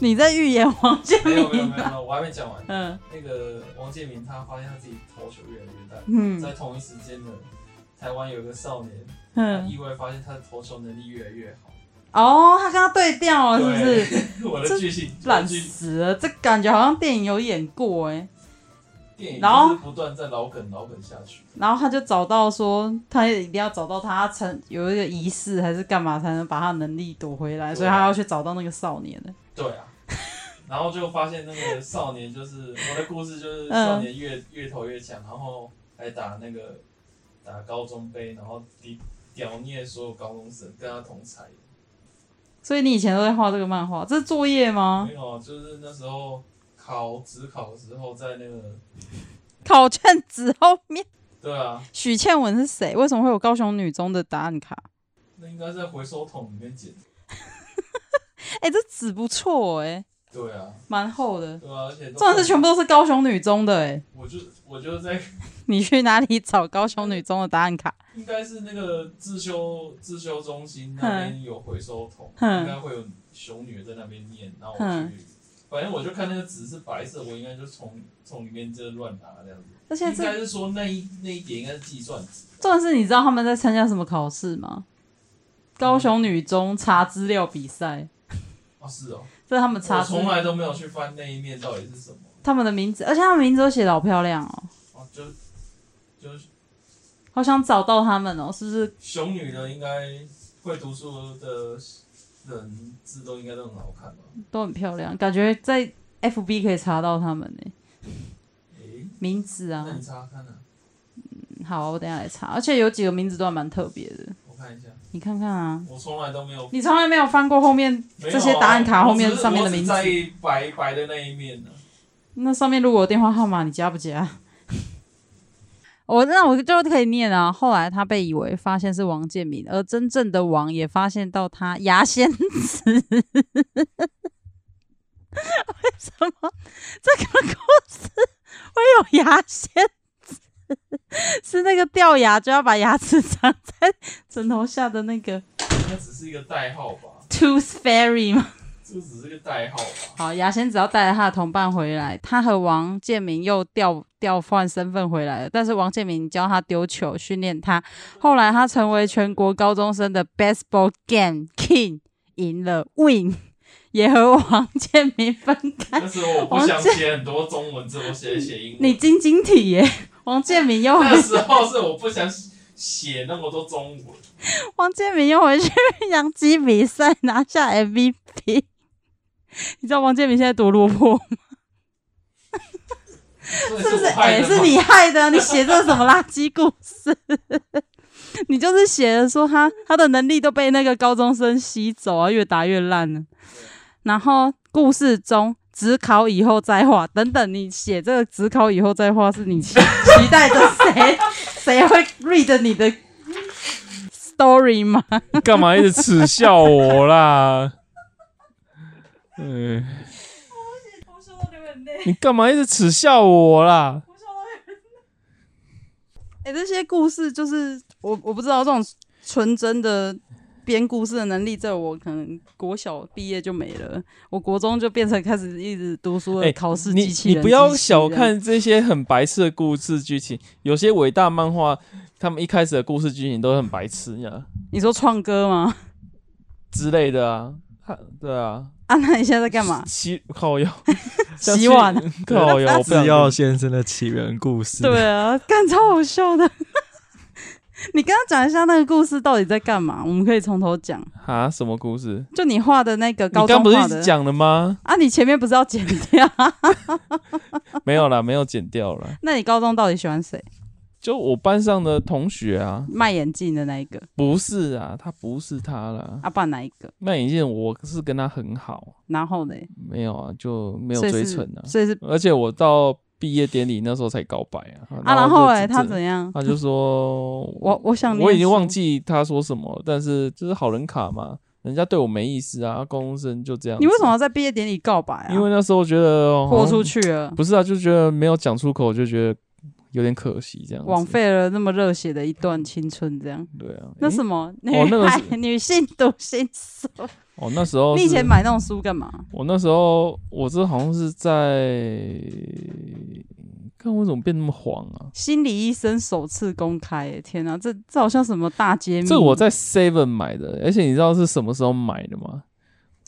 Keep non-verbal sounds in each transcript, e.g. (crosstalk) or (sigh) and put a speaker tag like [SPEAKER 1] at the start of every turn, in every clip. [SPEAKER 1] 你在预言王建
[SPEAKER 2] 没有没有
[SPEAKER 1] 民
[SPEAKER 2] 没有没
[SPEAKER 1] 啊？
[SPEAKER 2] 有，我还没讲完。
[SPEAKER 1] 嗯
[SPEAKER 2] 那个王建民他发现他自己投球越来越烂，
[SPEAKER 1] 嗯
[SPEAKER 2] 在同一时间呢，台湾有一个少年，他
[SPEAKER 1] 嗯，
[SPEAKER 2] 意外发现他的投球能力越来越
[SPEAKER 1] (laughs)
[SPEAKER 2] 好。
[SPEAKER 1] 哦，他跟他对调了，是不是？
[SPEAKER 2] 是？我的剧情，我的
[SPEAKER 1] 烂
[SPEAKER 2] 剧
[SPEAKER 1] 死了，这感觉好像电影有演过哎、
[SPEAKER 2] 电影
[SPEAKER 1] 然后
[SPEAKER 2] 就是不断在老梗老梗下去。
[SPEAKER 1] 然后他就找到说，他一定要找到他才有一个仪式还是干嘛才能把他能力夺回
[SPEAKER 2] 啊
[SPEAKER 1] 来，所以他要去找到那个少年的。
[SPEAKER 2] 对
[SPEAKER 1] (laughs)
[SPEAKER 2] 啊，然后就发现那个少年就是我的故事，就是少年越越投越强，然后还打那个打高中杯，然后屌屌虐所有高中生，跟他同才。
[SPEAKER 1] 所以你以前都在画这个漫画，这是作业吗？
[SPEAKER 2] 没有，啊就是那时候考职考的时候，在那个
[SPEAKER 1] 考卷子后面，
[SPEAKER 2] 对啊，
[SPEAKER 1] 许倩文是谁？为什么会有高雄女中的答案卡？
[SPEAKER 2] 那应该在回收桶里面捡。
[SPEAKER 1] 哎、这纸不错哎、
[SPEAKER 2] 对啊，
[SPEAKER 1] 蛮厚的，
[SPEAKER 2] 对啊，而且都
[SPEAKER 1] 重点是全部都是高雄女中的哎、
[SPEAKER 2] 我就我就在
[SPEAKER 1] (laughs) 你去哪里找高雄女中的答案卡？
[SPEAKER 2] 应该是那个自修自修中心那边有回收桶，
[SPEAKER 1] 嗯
[SPEAKER 2] 应该会有熊女在那边念，然后我去，反正我就看那个纸是白色，我应该就从从里面就乱拿这样子。
[SPEAKER 1] 而且
[SPEAKER 2] 应
[SPEAKER 1] 这
[SPEAKER 2] 该是说那一那一点应该是计算纸，
[SPEAKER 1] 重点是，你知道他们在参加什么考试吗？高雄女中查资料比赛，
[SPEAKER 2] 哦是哦，
[SPEAKER 1] 这是他们查
[SPEAKER 2] 我
[SPEAKER 1] 资
[SPEAKER 2] 从来都没有去翻那一面到底是什么，
[SPEAKER 1] 他们的名字，而且他们名字都写的好漂亮哦，
[SPEAKER 2] 哦就就是
[SPEAKER 1] 好想找到他们哦，是不是？
[SPEAKER 2] 熊女的应该会读书的人字都应该都很好看吧？
[SPEAKER 1] 都很漂亮，感觉在 FB 可以查到他们呢
[SPEAKER 2] 诶、
[SPEAKER 1] 名字啊
[SPEAKER 2] 那。你查查看啊，
[SPEAKER 1] 嗯好啊，我等一下来查，而且有几个名字都还蛮特别的，
[SPEAKER 2] 我看一下，
[SPEAKER 1] 你看看啊，
[SPEAKER 2] 我从来都没有
[SPEAKER 1] 你从来没有翻过后面
[SPEAKER 2] 没有啊
[SPEAKER 1] 这些答案卡后面
[SPEAKER 2] 我只是
[SPEAKER 1] 上面的名字
[SPEAKER 2] 我只在意白白的那一面啊呢、
[SPEAKER 1] 那上面如果有电话号码，你加不加？我那我就可以念啊。后来他被以为发现是王建民，而真正的王也发现到他牙仙子。为什么这个故事会有牙仙子？是那个掉牙就要把牙齿藏在枕头下的那个
[SPEAKER 2] 那只是一个代号吧，
[SPEAKER 1] Tooth Fairy 吗？
[SPEAKER 2] 这只是一个代号吧。
[SPEAKER 1] 好，牙仙只要带着他的同伴回来，他和王建民又调调换身份回来了。但是王建民教他丢球，训练他。后来他成为全国高中生的 baseball game king，赢了 win，也 (laughs) 和王建民分开。
[SPEAKER 2] 那时候我不想写很多中文字，我写写英文。
[SPEAKER 1] 啊你晶晶体耶， (laughs) 王建民
[SPEAKER 3] (laughs)
[SPEAKER 1] 又
[SPEAKER 2] 那
[SPEAKER 1] 回
[SPEAKER 2] 时候是我不想写那么多中文，
[SPEAKER 1] 王建民又回去洋基比赛拿下 MVP。你知道王建民现在多落魄吗？
[SPEAKER 2] 是
[SPEAKER 1] 是不是？
[SPEAKER 2] 哎、
[SPEAKER 1] 哎、是你害的，你写这什么垃圾故事？ (laughs) 你就是写的说他他的能力都被那个高中生吸走啊，越打越烂了。然后故事中只考以后再画等等，你写这个只考以后再画是你期期待着谁 (laughs) 谁会 read 你的 story 吗？
[SPEAKER 3] 干嘛一直耻笑我
[SPEAKER 2] (laughs)
[SPEAKER 3] 啦？嗯，
[SPEAKER 1] 我笑到流眼泪。
[SPEAKER 3] 你干嘛一直耻笑我啦？
[SPEAKER 1] 哎、这些故事就是我我不知道这种纯真的编故事的能力，在我可能国小毕业就没了，我国中就变成开始一直读书的
[SPEAKER 3] 哎
[SPEAKER 1] 考试
[SPEAKER 3] 你
[SPEAKER 1] 机器
[SPEAKER 3] 你
[SPEAKER 1] 人、
[SPEAKER 3] 不要小，看这些很白痴的故事剧情，有些伟大漫画，他们一开始的故事剧情都很白痴呀、
[SPEAKER 1] 你说创歌吗？
[SPEAKER 3] 之类的啊。他对啊，
[SPEAKER 1] 啊，那你现在在干嘛？
[SPEAKER 3] 洗靠腰，像
[SPEAKER 1] 洗碗啊
[SPEAKER 3] 是 (laughs) 靠腰，我不
[SPEAKER 4] 制
[SPEAKER 3] 想
[SPEAKER 4] 药先生的起源故事。
[SPEAKER 1] (laughs) 对啊，干超好笑的。 (laughs) 你刚刚讲一下那个故事到底在干嘛？我们可以从头讲。
[SPEAKER 3] 啊，什么故事？
[SPEAKER 1] 就你画的那个
[SPEAKER 3] 你
[SPEAKER 1] 高
[SPEAKER 3] 刚
[SPEAKER 1] 中
[SPEAKER 3] 不是
[SPEAKER 1] 画
[SPEAKER 3] 一直
[SPEAKER 1] 的
[SPEAKER 3] 讲了吗？
[SPEAKER 1] 啊，你前面不是要剪掉？ (laughs)
[SPEAKER 3] (laughs) 没有啦，没有剪掉啦。
[SPEAKER 1] 那你高中到底喜欢谁？
[SPEAKER 3] 就我班上的同学啊，
[SPEAKER 1] 卖眼镜的那一个，
[SPEAKER 3] 不是啊，他不是他啦。
[SPEAKER 1] 阿爸哪一个？
[SPEAKER 3] 那眼镜我是跟他很好，
[SPEAKER 1] 然后呢？
[SPEAKER 3] 没有啊，就没有
[SPEAKER 1] 所以
[SPEAKER 3] 追
[SPEAKER 1] 是
[SPEAKER 3] 成啊。
[SPEAKER 1] 所以是
[SPEAKER 3] 而且我到毕业典礼那时候才告白啊。
[SPEAKER 1] 啊，然后
[SPEAKER 3] 就
[SPEAKER 1] 嘞，
[SPEAKER 3] 只
[SPEAKER 1] 他怎样？
[SPEAKER 3] 他就说，
[SPEAKER 1] 我我想
[SPEAKER 3] 我已经忘
[SPEAKER 1] 记，
[SPEAKER 3] 记他说什么了，但是就是好人卡嘛，人家对我没意思啊，高中生就这样。
[SPEAKER 1] 你为什么？要在毕业典礼告白啊？
[SPEAKER 3] 因为那时候觉得
[SPEAKER 1] 豁
[SPEAKER 3] 好像
[SPEAKER 1] 出去了，
[SPEAKER 3] 不是啊，就觉得没有讲出口，就觉得有点可惜这样子。
[SPEAKER 1] 枉费了那么热血的一段青春，这样。
[SPEAKER 3] 对啊，
[SPEAKER 1] 那
[SPEAKER 3] 诶
[SPEAKER 1] 什么，女
[SPEAKER 3] 那个
[SPEAKER 1] 孩
[SPEAKER 3] 是
[SPEAKER 1] 女性读心术，
[SPEAKER 3] 哦，那时候
[SPEAKER 1] 你以
[SPEAKER 3] 是
[SPEAKER 1] 前买那种书干嘛？
[SPEAKER 3] 我那时候我这好像是在，看我怎么变那么黄啊？
[SPEAKER 1] 心理医生首次公开、欸，天哪、这这好像什么大揭秘？
[SPEAKER 3] 这我在 Seven 买的，而且你知道是什么时候买的吗？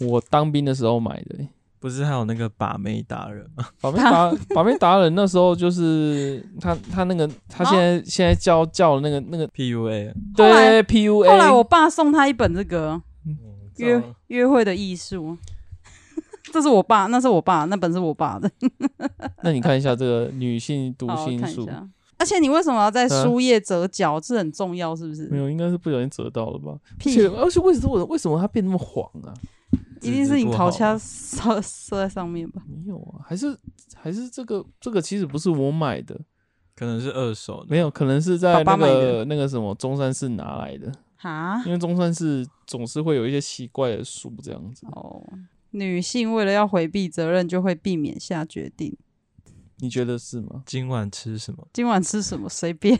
[SPEAKER 3] 我当兵的时候买的、欸。
[SPEAKER 4] 不是还有那个把妹达人吗？
[SPEAKER 3] 把妹达
[SPEAKER 1] (laughs)
[SPEAKER 3] 把妹达人那时候就是他他那个他现在、现在教教那个那个
[SPEAKER 4] PUA
[SPEAKER 1] 哦后来
[SPEAKER 3] 对 PUA，
[SPEAKER 1] 后来我爸送他一本这个
[SPEAKER 2] 嗯
[SPEAKER 1] 《约约会的艺术》， (laughs) 这是我爸，那是我爸，那本是我爸的。
[SPEAKER 3] 那你看一下这个女性读
[SPEAKER 1] 好，我
[SPEAKER 3] 心
[SPEAKER 1] 看一
[SPEAKER 3] 术，
[SPEAKER 1] 下。而且你为什么要在
[SPEAKER 3] 啊
[SPEAKER 1] 书页折角？这很重要，是不
[SPEAKER 3] 没
[SPEAKER 1] 是？
[SPEAKER 3] 有应该是不小心折到了吧？而
[SPEAKER 1] 屁
[SPEAKER 3] 且，而且为什么我为什么它变那么黄啊？
[SPEAKER 1] 一定是你烤
[SPEAKER 4] 纸
[SPEAKER 1] 掐 (laughs)
[SPEAKER 4] 质
[SPEAKER 1] 射射在上面吧？
[SPEAKER 3] 没有啊，还是还是这个这个其实不是我买的，
[SPEAKER 4] 可能是二手的，
[SPEAKER 3] 没有，可能是在
[SPEAKER 1] 爸爸
[SPEAKER 3] 那
[SPEAKER 1] 买
[SPEAKER 3] 个
[SPEAKER 1] 的
[SPEAKER 3] 那个什么中山市拿来的，
[SPEAKER 1] (laughs) 哈？
[SPEAKER 3] 因为中山市总是会有一些奇怪的书这样子。
[SPEAKER 1] 哦，女性为了要回避责任，就会避免下决定。
[SPEAKER 3] 你觉得是吗？
[SPEAKER 4] 今晚吃什么？
[SPEAKER 1] 今晚吃什么随便。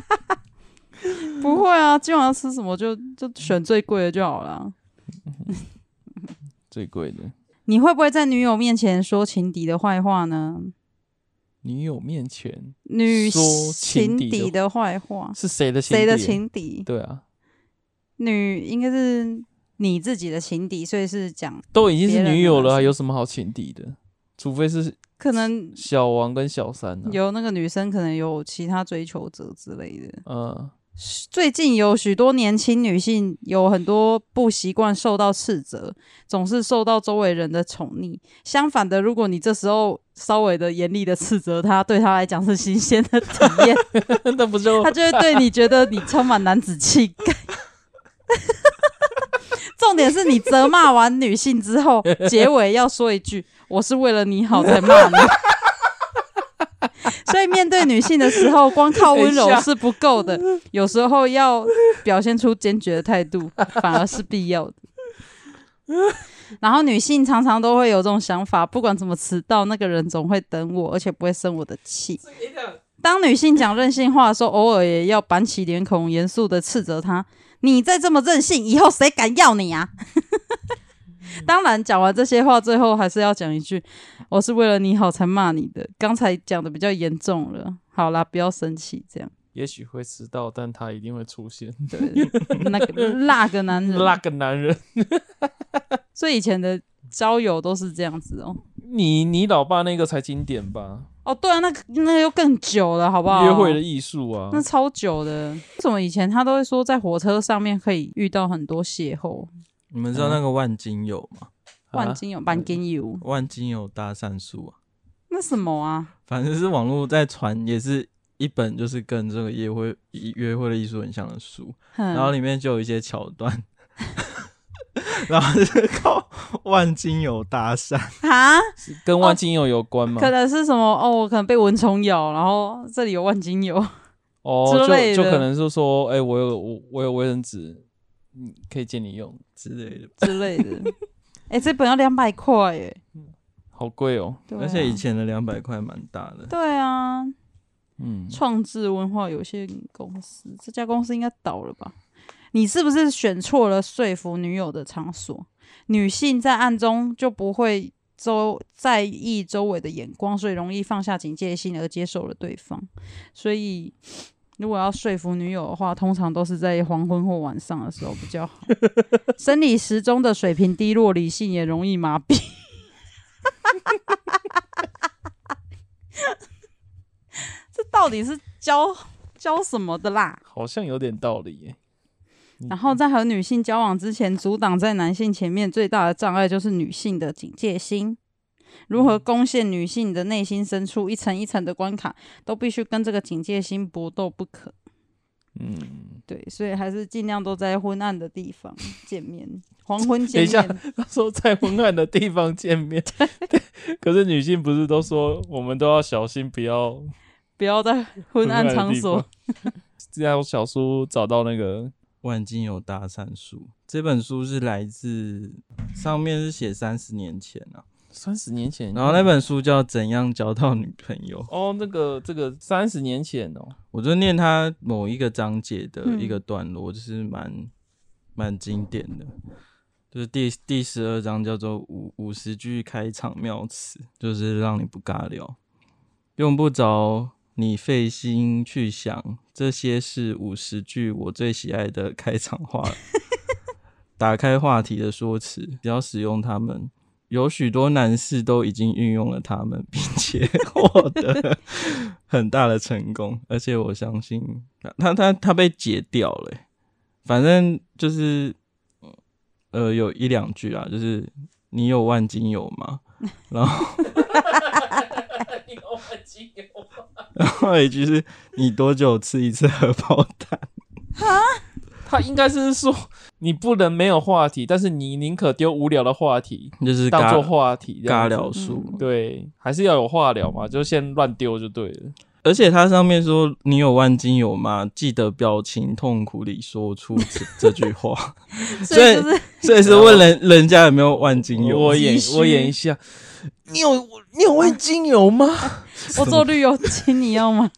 [SPEAKER 1] (laughs) 不会啊，今晚要吃什么就就选最贵的就好了。
[SPEAKER 3] 最贵的
[SPEAKER 1] 你会不会在女友面前说情敌的坏话呢？
[SPEAKER 3] 女友面前
[SPEAKER 1] 女
[SPEAKER 3] 说
[SPEAKER 1] 情
[SPEAKER 3] 情敌的
[SPEAKER 1] 敌的坏话，
[SPEAKER 3] 是谁的
[SPEAKER 1] 哦
[SPEAKER 3] 情？
[SPEAKER 1] 谁的？情敌？
[SPEAKER 3] 对啊，
[SPEAKER 1] 女应该是你自己的情敌，所以是讲
[SPEAKER 3] 都已经
[SPEAKER 1] 别
[SPEAKER 3] 是
[SPEAKER 1] 人的
[SPEAKER 3] 女友了，
[SPEAKER 1] 男
[SPEAKER 3] 还
[SPEAKER 1] 生
[SPEAKER 3] 有什么好情敌的？除非是
[SPEAKER 1] 可能
[SPEAKER 3] 小王跟小三呢、啊。
[SPEAKER 1] 有那个女生可能有其他追求者之类的。
[SPEAKER 3] 嗯， (laughs)
[SPEAKER 1] 最近有许多年轻女性有很多不习惯受到斥责，总是受到周围人的宠溺。相反的，如果你这时候稍微的严厉的斥责她，对她来讲是新鲜的体验， (laughs)
[SPEAKER 3] 那不就
[SPEAKER 1] 她就会对你觉得你充满男子气概。 (laughs) 重点是你责骂完女性之后，结尾要说一句“我是为了你好才骂你”。所以面对女性的时候，光靠温柔是不够的，有时候要表现出坚决的态度，反而是必要的。然后女性常常都会有这种想法，不管怎么迟到，那个人总会等我，而且不会生我的气。当女性讲任性话的时候，偶尔也要板起脸孔，严肃的斥责她：“你再这么任性，以后谁敢要你啊？”当然，讲完这些话，最后还是要讲一句：“我是为了你好才骂你的，刚才讲的比较严重了，好啦，不要生气。”这样，
[SPEAKER 3] 也许会迟到，但他一定会出
[SPEAKER 1] (laughs)
[SPEAKER 3] 现。
[SPEAKER 1] 对，那个那个男人，
[SPEAKER 3] 那个男人，
[SPEAKER 1] 所以以前的交友都是这样子哦。
[SPEAKER 3] 你你老爸那个才经典吧？
[SPEAKER 1] 哦，对啊，那个那个又更久了，好不好？
[SPEAKER 3] 约会的艺术啊，
[SPEAKER 1] 那超久的，为什么以前他都会说在火车上面可以遇到很多邂逅？
[SPEAKER 4] 你们知
[SPEAKER 1] 嗯
[SPEAKER 4] 道那个万金油吗？
[SPEAKER 3] 啊
[SPEAKER 1] 万金油、万金油，
[SPEAKER 4] 万金油搭讪术啊，
[SPEAKER 1] 那什么啊？
[SPEAKER 4] 反正是网络在传，也是一本就是跟这个约会约会的艺术很像的书。然后
[SPEAKER 1] 哼，
[SPEAKER 4] 里面就有一些桥段， (laughs) 然后就是靠万金油搭讪，
[SPEAKER 1] 啊，
[SPEAKER 3] 是跟万金油有关吗？
[SPEAKER 1] 可能是什么？哦，我可能被蚊虫咬，然后这里有万金油，
[SPEAKER 3] 哦，
[SPEAKER 1] 之类
[SPEAKER 3] 就
[SPEAKER 1] 的
[SPEAKER 3] 就可能是说，哎、我有我我有卫生纸，嗯，可以借你用，
[SPEAKER 4] 之类的。
[SPEAKER 1] 之类的。 (laughs) 哎、这本要两百块耶！
[SPEAKER 3] 好贵哦，
[SPEAKER 1] 对啊
[SPEAKER 4] 而且以前的两百块蛮大的，
[SPEAKER 1] 对啊，
[SPEAKER 3] 嗯，
[SPEAKER 1] 创智文化有限公司这家公司应该倒了吧？你是不是选错了说服女友的场所？女性在暗中就不会周在意周围的眼光，所以容易放下警戒心而接受了对方。所以，如果要说服女友的话，通常都是在黄昏或晚上的时候比较
[SPEAKER 4] (laughs)
[SPEAKER 1] 好。生理时钟的水平低落，理性也容易麻痹。这到底是教教什么的啦？
[SPEAKER 3] 好像有点道理耶。
[SPEAKER 1] 然后在和女性交往之前，阻挡在男性前面最大的障碍就是女性的警戒心。如何攻陷女性的内心深处，一层一层的关卡，都必须跟这个警戒心搏斗不可。
[SPEAKER 3] 嗯，
[SPEAKER 1] 对，所以还是尽量都在昏暗的地方见面，黄昏
[SPEAKER 3] 等
[SPEAKER 1] 见
[SPEAKER 3] 一下
[SPEAKER 1] 面。
[SPEAKER 3] 他说在昏暗的地方见
[SPEAKER 4] (laughs)
[SPEAKER 3] 面，可是女性不是都说我们都要小心，不要
[SPEAKER 1] 不要在昏暗
[SPEAKER 3] 的
[SPEAKER 1] 场
[SPEAKER 3] 地
[SPEAKER 1] 所
[SPEAKER 3] (laughs) 方。。这样小叔找到那个
[SPEAKER 4] 万金油搭讪术这本书是来自上面是写三十年前啊，
[SPEAKER 3] 三十年前，
[SPEAKER 4] 然后那本书叫《怎样交到女朋友》，
[SPEAKER 3] 哦，那个这个三十年前哦，
[SPEAKER 4] 我就念它某一个章节的一个段落，就是蛮蛮经典的。就是第第十二章叫做五五十句开场妙词，就是让你不尬聊，用不着你费心去想，这些是五十句我最喜爱的开场话， (laughs) 打开话题的说辞，只要使用它们。有许多男士都已经运用了它们，并且获得很大的成功，而且我相信他他他他被解掉了欸、反正就是呃，有一两句啊，就是你有万金油
[SPEAKER 3] (laughs)
[SPEAKER 4] 吗？然后
[SPEAKER 2] 你跟我金油，
[SPEAKER 4] 然后还有一句是你多久吃一次荷包蛋？
[SPEAKER 3] 他应该是
[SPEAKER 4] (laughs)
[SPEAKER 3] 说你不能没有话题，但是你宁可丢无聊的话题
[SPEAKER 4] 就是
[SPEAKER 3] 当做
[SPEAKER 4] 尬
[SPEAKER 3] 话题这样
[SPEAKER 4] 尬
[SPEAKER 3] 子，嗯
[SPEAKER 4] 聊术。
[SPEAKER 3] 对，还是要有话聊嘛，就先乱丢就对了。
[SPEAKER 4] 而且它上面说你有万金油吗？记得表情痛苦里说出这这句
[SPEAKER 3] (laughs)
[SPEAKER 4] 话，
[SPEAKER 1] 所以就是
[SPEAKER 4] 所以是问人人家有没有万金油。
[SPEAKER 3] 我演
[SPEAKER 1] 急需
[SPEAKER 3] 我演一下，你有你有味精油吗？
[SPEAKER 1] (laughs) 我做绿油精，你要吗？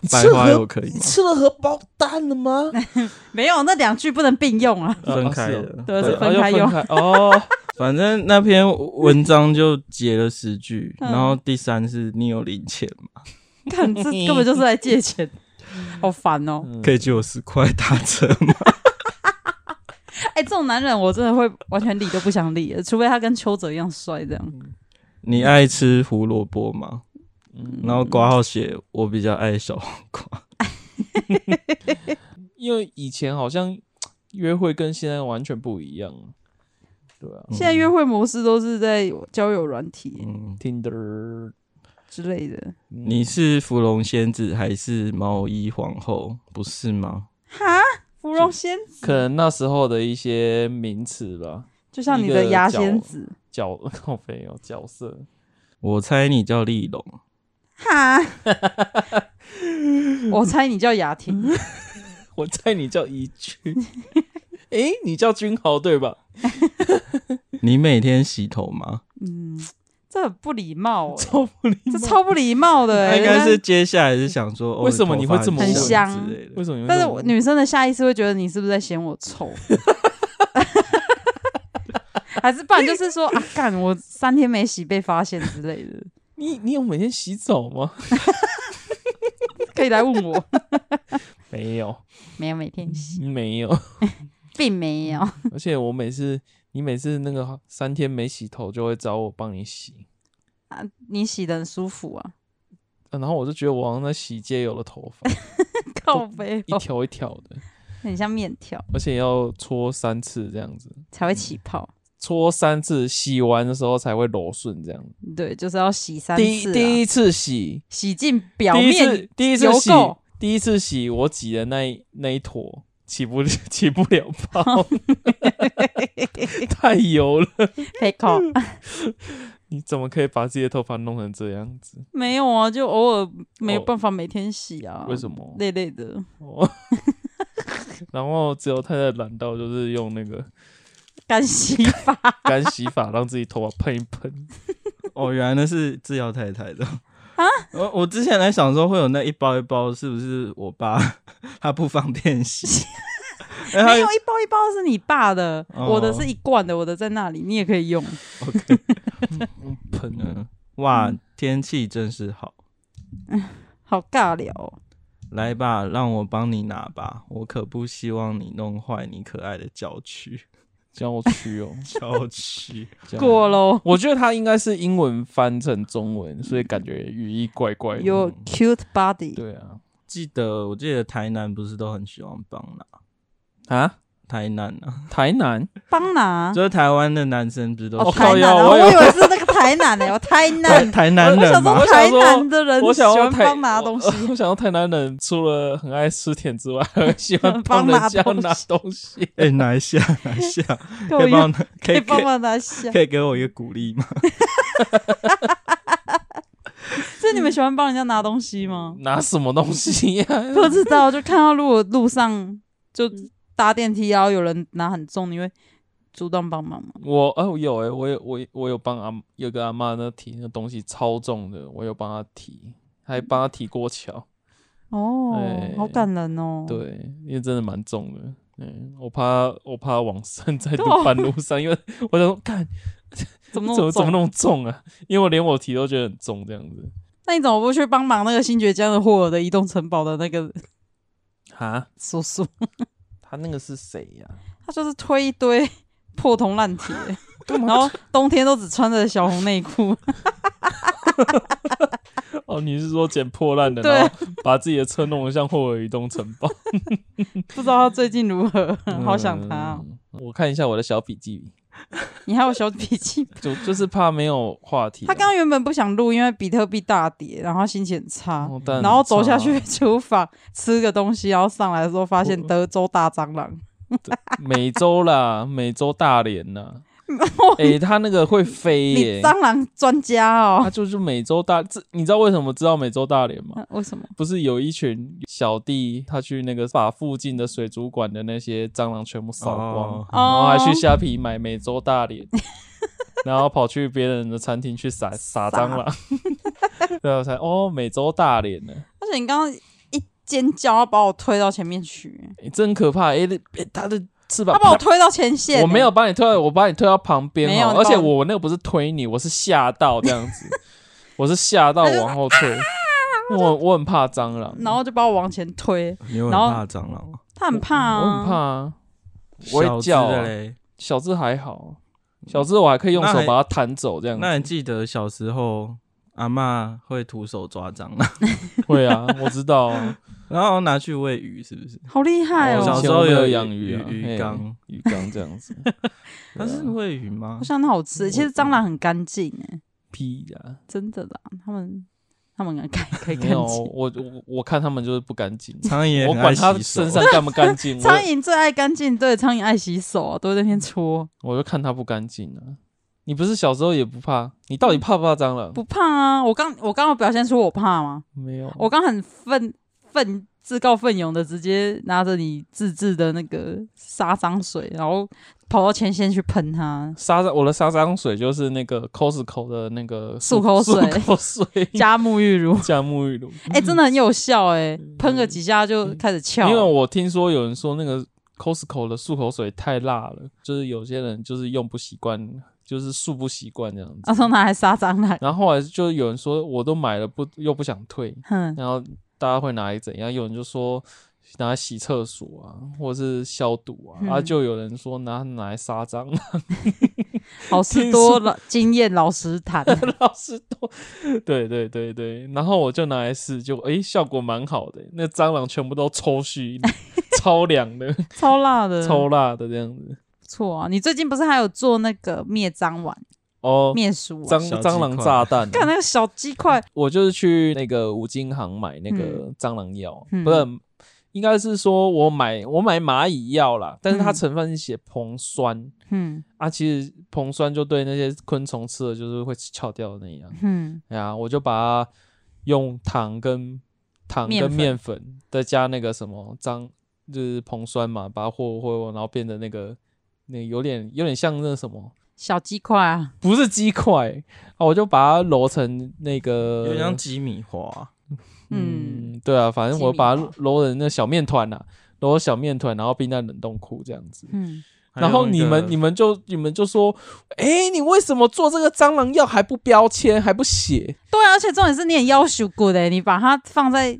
[SPEAKER 3] 你
[SPEAKER 4] 白
[SPEAKER 3] 吃了
[SPEAKER 4] 花
[SPEAKER 3] 荷
[SPEAKER 4] 油可以
[SPEAKER 3] 你
[SPEAKER 4] 吗？
[SPEAKER 3] 吃了荷包蛋了吗？
[SPEAKER 1] (laughs) 没有，那两句不能并用啊。
[SPEAKER 4] 分
[SPEAKER 3] 哦
[SPEAKER 4] 开
[SPEAKER 3] 是
[SPEAKER 4] 的，
[SPEAKER 1] 对是
[SPEAKER 3] 哦
[SPEAKER 1] 分
[SPEAKER 3] 又
[SPEAKER 1] 开用
[SPEAKER 3] 分开哦，
[SPEAKER 1] (laughs)
[SPEAKER 4] 反正那篇文章就截了十句，
[SPEAKER 1] 嗯
[SPEAKER 4] 然后第三是你有零钱吗？
[SPEAKER 1] 看，这根本就是来借钱，好烦哦、
[SPEAKER 3] 嗯
[SPEAKER 4] 可以借我十块打折吗？
[SPEAKER 1] 哎、这种男人我真的会完全理都不想理，除非他跟邱泽一样帅这
[SPEAKER 4] 嗯
[SPEAKER 1] 样。
[SPEAKER 4] (laughs) 你爱吃胡萝卜吗？
[SPEAKER 3] 嗯
[SPEAKER 4] 然后挂号写我比较爱小黄瓜，
[SPEAKER 3] 因为以前好像约会跟现在完全不一样，对啊
[SPEAKER 1] 现在约会模式都是在交友软体
[SPEAKER 4] 嗯，
[SPEAKER 3] ，Tinder，嗯
[SPEAKER 1] 之类的。
[SPEAKER 4] 你是芙蓉仙子还是毛衣皇后？不是吗？
[SPEAKER 1] 哈，芙蓉仙子
[SPEAKER 3] 可能那时候的一些名词吧，
[SPEAKER 1] 就像你的牙仙子。
[SPEAKER 3] 角 (laughs) 靠背哦，角色，
[SPEAKER 4] 我猜你叫丽龙，
[SPEAKER 1] 哈， (laughs) 我猜你叫雅婷，
[SPEAKER 3] 我猜你叫宜
[SPEAKER 1] (laughs)
[SPEAKER 3] 君，诶，你叫君豪对吧？
[SPEAKER 4] 你每天洗头吗？
[SPEAKER 1] 嗯，这很不礼
[SPEAKER 4] (laughs)
[SPEAKER 1] 貌、欸，
[SPEAKER 3] 超不礼
[SPEAKER 1] 这
[SPEAKER 3] 貌，
[SPEAKER 1] 超不礼貌的、
[SPEAKER 4] 他
[SPEAKER 1] 欸。
[SPEAKER 4] 应该是
[SPEAKER 1] 人家，
[SPEAKER 4] 接下来是想说，哦
[SPEAKER 3] 为什么你会这么
[SPEAKER 1] 很香
[SPEAKER 4] 之类的
[SPEAKER 3] 为什么你会这么？
[SPEAKER 1] 但是我女生的下意识会觉得你是不是在嫌我丑， (laughs) 还是不然就是说啊，干我三天没洗被发现之类的，
[SPEAKER 3] 你你有每天洗澡吗？
[SPEAKER 1] 可以来问我。 (laughs)
[SPEAKER 3] 没有，
[SPEAKER 1] 没有每天洗，(laughs)
[SPEAKER 3] 没有，
[SPEAKER 1] 并没有。
[SPEAKER 3] 而且我每次你每次那个三天没洗头就会找我帮你洗。
[SPEAKER 1] (laughs) 啊，你洗的很舒服
[SPEAKER 3] (laughs)
[SPEAKER 1] 啊，
[SPEAKER 3] 啊然后我就觉得我好像在洗街友的头发，
[SPEAKER 1] 靠背
[SPEAKER 3] 一
[SPEAKER 1] 哦，
[SPEAKER 3] 条一条的，
[SPEAKER 1] 很像面条
[SPEAKER 3] 而且要搓三次这样子，
[SPEAKER 1] 才会起泡。
[SPEAKER 3] 搓三次，洗完的时候才会柔顺这样。
[SPEAKER 1] 对，就是要洗三
[SPEAKER 3] 第
[SPEAKER 1] 次
[SPEAKER 3] 一
[SPEAKER 1] 啊，
[SPEAKER 3] 第一次洗，
[SPEAKER 1] 洗净表
[SPEAKER 3] 第一
[SPEAKER 1] 面
[SPEAKER 3] 次第一次
[SPEAKER 1] 油
[SPEAKER 3] 洗
[SPEAKER 1] 垢，
[SPEAKER 3] 第一次洗我挤的那一那一坨起不 (laughs) 起不了
[SPEAKER 1] (laughs)
[SPEAKER 3] 泡，太油了。
[SPEAKER 1] 配
[SPEAKER 3] (laughs)
[SPEAKER 1] 口
[SPEAKER 3] 你怎么可以把自己的头发弄成这样子？
[SPEAKER 1] 没有啊，就偶尔没有
[SPEAKER 3] 哦
[SPEAKER 1] 办法每天洗啊，
[SPEAKER 3] 为什么？
[SPEAKER 1] 累累的，
[SPEAKER 3] 哦 (laughs) 然后只有太太懒到就是用那个
[SPEAKER 1] 干
[SPEAKER 3] (laughs)
[SPEAKER 1] 洗
[SPEAKER 3] 哎
[SPEAKER 1] 法
[SPEAKER 3] 干洗法让自己头发喷一喷。
[SPEAKER 4] 哦，原来那是治疗太
[SPEAKER 1] (laughs)
[SPEAKER 4] 太的啊！我我之前来想说会有那一包一包，是不是我爸 (laughs) 他不方
[SPEAKER 1] (laughs)
[SPEAKER 4] 便洗？哎然后
[SPEAKER 1] 没有一包一包是你爸的，
[SPEAKER 4] 哦
[SPEAKER 1] 我的是一罐的，我的在那里，你也可以用。
[SPEAKER 3] 喷
[SPEAKER 4] 嗯，哇，天气真是好，
[SPEAKER 1] 好尬聊哦，
[SPEAKER 4] 来吧，让我帮你拿吧，我可不希望你弄坏你可爱的郊区。
[SPEAKER 3] 郊区哦，
[SPEAKER 4] 郊区，
[SPEAKER 3] 郊
[SPEAKER 1] 过喽，
[SPEAKER 3] 我觉得它应该是英文翻成中文，所以感觉语义怪怪的。
[SPEAKER 1] 有 cute body，
[SPEAKER 3] 啊对啊
[SPEAKER 4] 记得我记得台南不是都很喜欢帮拿
[SPEAKER 3] 啊，
[SPEAKER 4] 台南啊，
[SPEAKER 3] 台南
[SPEAKER 1] 帮拿。
[SPEAKER 4] 就是台湾的男生不是都
[SPEAKER 1] 啊哦，
[SPEAKER 3] 我
[SPEAKER 1] 台
[SPEAKER 3] 靠
[SPEAKER 1] 南
[SPEAKER 3] 腰
[SPEAKER 1] 啊，
[SPEAKER 3] 我
[SPEAKER 1] 我
[SPEAKER 3] 有
[SPEAKER 1] 以为是那个台南呢、我台南
[SPEAKER 3] (laughs)
[SPEAKER 4] 台，台南
[SPEAKER 1] 我想
[SPEAKER 4] 人吗
[SPEAKER 1] 说？台南的人
[SPEAKER 3] 我
[SPEAKER 1] 喜
[SPEAKER 3] 想要
[SPEAKER 1] 欢
[SPEAKER 3] 台
[SPEAKER 1] 帮拿东西，
[SPEAKER 3] 我想要台南人除了很爱吃甜
[SPEAKER 1] (laughs)
[SPEAKER 3] 之外，还喜欢
[SPEAKER 1] 帮
[SPEAKER 3] 帮
[SPEAKER 1] 拿
[SPEAKER 3] 人家
[SPEAKER 1] 东
[SPEAKER 3] 拿
[SPEAKER 1] 西
[SPEAKER 3] 东西。
[SPEAKER 4] 哎、拿一下，拿
[SPEAKER 1] (laughs)
[SPEAKER 4] 一下，
[SPEAKER 1] 可
[SPEAKER 4] 可以帮，
[SPEAKER 1] 可
[SPEAKER 4] 可
[SPEAKER 1] 以
[SPEAKER 4] 以
[SPEAKER 1] 帮
[SPEAKER 4] 可以
[SPEAKER 1] 忙拿
[SPEAKER 3] (laughs)
[SPEAKER 4] (laughs)
[SPEAKER 1] 下。
[SPEAKER 4] 可以给我一个鼓励吗？
[SPEAKER 1] 所以你们喜欢帮人家拿东西吗？
[SPEAKER 3] 拿什么东西呀、 (laughs)
[SPEAKER 1] 不知道，就看到如果路上就搭电梯，然后有人拿很重，你会主动帮忙吗？
[SPEAKER 3] 我哦有诶、我有我有我有帮阿有个阿妈那提那东西超重的，我有帮她提，还帮她提过桥。
[SPEAKER 1] 哦，
[SPEAKER 3] 哎
[SPEAKER 1] 好感人哦。，
[SPEAKER 3] 对，因为真的蛮重的。嗯，我怕我怕往山在
[SPEAKER 1] 哦
[SPEAKER 3] 路半路上，因为我想说，看
[SPEAKER 1] 怎么那么
[SPEAKER 3] (laughs) 怎么怎么
[SPEAKER 1] 重？
[SPEAKER 3] 那么重啊？因为我连我提都觉得很重，这样子
[SPEAKER 1] 那你怎么不去帮忙那个新爵江的霍尔的移动城堡的那个
[SPEAKER 3] 哈，
[SPEAKER 1] 叔叔？ (laughs)
[SPEAKER 3] 他那个是谁呀、
[SPEAKER 1] 他就是推一堆破铜烂铁，
[SPEAKER 3] 干
[SPEAKER 1] 然后冬天都只穿着小红内裤， (laughs)
[SPEAKER 3] 哦，你是说捡破烂的，
[SPEAKER 1] 对
[SPEAKER 3] 然后把自己的车弄得像霍尔移动城堡？
[SPEAKER 1] 不知道他最近如何，好想他哦、
[SPEAKER 3] 嗯 (laughs) 我看一下我的小笔记，
[SPEAKER 1] 你还有小笔记本？
[SPEAKER 3] 就就是怕没有话题啊。
[SPEAKER 1] 他刚刚原本不想录，因为比特币大跌，然后他心情很差。
[SPEAKER 3] 哦但
[SPEAKER 1] 然后走下
[SPEAKER 3] 差
[SPEAKER 1] 去
[SPEAKER 3] 啊
[SPEAKER 1] 厨房吃个东西，然后上来的时候发现德州大蟑螂，
[SPEAKER 3] 美洲啦，美洲大连
[SPEAKER 1] (laughs)
[SPEAKER 3] 呐，诶，他那个会飞
[SPEAKER 1] 你
[SPEAKER 3] 耶、
[SPEAKER 1] 蟑螂专家
[SPEAKER 3] 他
[SPEAKER 1] 哦？
[SPEAKER 3] 就是美洲大，这你知道为什么知道美洲大连吗？
[SPEAKER 1] 啊 (laughs) 为什么？
[SPEAKER 3] 不是有一群小弟，他去那个把附近的水族馆的那些蟑螂全部扫光，
[SPEAKER 4] 哦
[SPEAKER 1] 哦，
[SPEAKER 3] 然后还去虾皮买美洲大脸，然后跑去别人的餐厅
[SPEAKER 1] (laughs)
[SPEAKER 3] 去撒撒蟑螂， (laughs) 对啊，我才哦美洲大脸呢、
[SPEAKER 1] 而且你刚刚一尖叫，要把我推到前面去，
[SPEAKER 3] 诶欸真可怕！诶，诶他的翅膀
[SPEAKER 1] 他把我推到前线、欸
[SPEAKER 3] 我没有，把你推到，我把你推到旁边
[SPEAKER 1] 没有
[SPEAKER 3] 哦
[SPEAKER 1] 你，把
[SPEAKER 3] 而且
[SPEAKER 1] 我
[SPEAKER 3] 我那个不是推你，我是吓到这样子，我是吓到往后退，
[SPEAKER 1] 啊
[SPEAKER 3] 因为我我很怕蟑螂，
[SPEAKER 1] 然后就把我往前推，
[SPEAKER 4] 你有很
[SPEAKER 1] 然后
[SPEAKER 4] 怕蟑螂吗？
[SPEAKER 1] 他很怕、啊，
[SPEAKER 3] 我很怕、啊，我会
[SPEAKER 4] 小只
[SPEAKER 3] 叫啊
[SPEAKER 4] 的嘞。
[SPEAKER 3] 小智还好，小智我还可以用手
[SPEAKER 4] 那还
[SPEAKER 3] 把它弹走，这样
[SPEAKER 4] 那
[SPEAKER 3] 子。
[SPEAKER 4] 你记得小时候阿嬷会徒手抓蟑
[SPEAKER 3] (laughs)
[SPEAKER 4] 螂，
[SPEAKER 3] (laughs) 会啊，我知
[SPEAKER 1] (laughs)
[SPEAKER 3] 道啊。
[SPEAKER 4] 然后拿去喂鱼，是不是？
[SPEAKER 1] 好厉害
[SPEAKER 3] 我
[SPEAKER 1] 哦！
[SPEAKER 4] 小
[SPEAKER 3] 以
[SPEAKER 4] 时
[SPEAKER 3] 前
[SPEAKER 4] 候
[SPEAKER 3] 我没有
[SPEAKER 4] 有
[SPEAKER 3] 养
[SPEAKER 4] 鱼
[SPEAKER 3] 啊，
[SPEAKER 4] 鱼
[SPEAKER 3] 嘿
[SPEAKER 4] 鱼缸
[SPEAKER 3] 鱼缸这样子，啊
[SPEAKER 4] 它是喂鱼吗
[SPEAKER 1] 我？想很好吃，其实蟑螂很干净哎，
[SPEAKER 3] (laughs) 屁的，
[SPEAKER 1] 真的啦，他们他们很干可以
[SPEAKER 3] 没
[SPEAKER 1] 干
[SPEAKER 3] 有
[SPEAKER 1] 净。
[SPEAKER 3] 我我我看他们就是不干净，啊
[SPEAKER 4] 苍蝇也
[SPEAKER 3] 我
[SPEAKER 4] 很
[SPEAKER 3] 管
[SPEAKER 4] 爱
[SPEAKER 3] 他
[SPEAKER 4] 啊洗手
[SPEAKER 3] 身上干不
[SPEAKER 1] (laughs)
[SPEAKER 3] 干净，
[SPEAKER 1] 苍
[SPEAKER 3] 我
[SPEAKER 1] 蝇最爱干净，对，苍蝇爱洗手、啊，都在那边搓，
[SPEAKER 3] 我就看他不干净啊。你不是小时候也不怕？你到底怕不怕蟑螂？
[SPEAKER 1] 不怕啊！我刚我刚刚有表现出我怕吗？
[SPEAKER 3] 没有，
[SPEAKER 1] 我刚很愤愤自告奋勇的，直接拿着你自制的那个杀蟑水，然后跑到前线去喷
[SPEAKER 3] (laughs)
[SPEAKER 1] 它，
[SPEAKER 3] 杀蟑我的杀蟑水就是那个 Costco 的那个
[SPEAKER 1] 漱口水
[SPEAKER 3] 漱口水
[SPEAKER 1] (laughs) 加沐浴
[SPEAKER 3] (laughs)
[SPEAKER 1] 乳，
[SPEAKER 3] 加沐浴露。
[SPEAKER 1] 哎、真的很有效哎、喷个几下就开始翘，
[SPEAKER 3] 嗯因为我听说有人说那个 Costco 的漱口水太辣了，就是有些人就是用不习惯，就是漱不习惯这样子。
[SPEAKER 1] 啊，从哪来杀蟑螂？
[SPEAKER 3] 然后后来就有人说，我都买了不又不想退， (laughs)
[SPEAKER 1] 哼，
[SPEAKER 3] 然后大家会拿来怎样？有人就说拿来洗厕所啊，或是消毒啊，
[SPEAKER 1] 嗯
[SPEAKER 3] 啊就有人说拿拿来杀蟑螂。
[SPEAKER 1] 好事
[SPEAKER 3] 听说
[SPEAKER 1] 多老经验老实谈，
[SPEAKER 3] 老师都对对对对，然后我就拿来试，就诶效果蛮好的，那蟑螂全部都抽
[SPEAKER 1] (laughs)
[SPEAKER 3] 搐，超凉的，
[SPEAKER 1] (laughs) 超辣的，
[SPEAKER 3] (laughs) 超辣的这样子。
[SPEAKER 1] 不错啊！你最近不是还有做那个灭蟑丸、
[SPEAKER 3] 哦，
[SPEAKER 1] 灭鼠丸？
[SPEAKER 3] 蟑
[SPEAKER 4] 小鸡
[SPEAKER 3] 蟑螂
[SPEAKER 4] 块
[SPEAKER 3] 炸弹，
[SPEAKER 1] 看那个小鸡块，
[SPEAKER 3] 我就是去那个五金行买那个蟑螂药，
[SPEAKER 1] 嗯
[SPEAKER 3] 不是，应该是说我买我买蚂蚁药啦，但是它成分是写硼酸、
[SPEAKER 1] 嗯
[SPEAKER 3] 啊，其实硼酸就对那些昆虫吃了就是会翘掉的那样，
[SPEAKER 1] 嗯，
[SPEAKER 3] 哎呀，我就把它用糖跟糖
[SPEAKER 1] 面
[SPEAKER 3] 跟
[SPEAKER 1] 粉
[SPEAKER 3] 面粉，再加那个什么脏就是硼酸嘛，把它和和和，然后变得那个那个有点有点像那什么。
[SPEAKER 1] 小鸡块啊，
[SPEAKER 3] 不是鸡块啊，我就把它揉成那个，
[SPEAKER 4] 有点像鸡米花，
[SPEAKER 1] 嗯
[SPEAKER 3] 嗯，对啊，反正
[SPEAKER 1] 鸡
[SPEAKER 3] 我把
[SPEAKER 1] 米
[SPEAKER 3] 它揉成那小面团呐、啊，揉成小面团，然后冰在冷冻库这样子。
[SPEAKER 1] 嗯，
[SPEAKER 3] (laughs) 然后你们你们就你们就说，哎，你为什么做这个蟑螂药还不标签还不写？
[SPEAKER 1] 对啊，而且重点是你也要求过的，你把它放在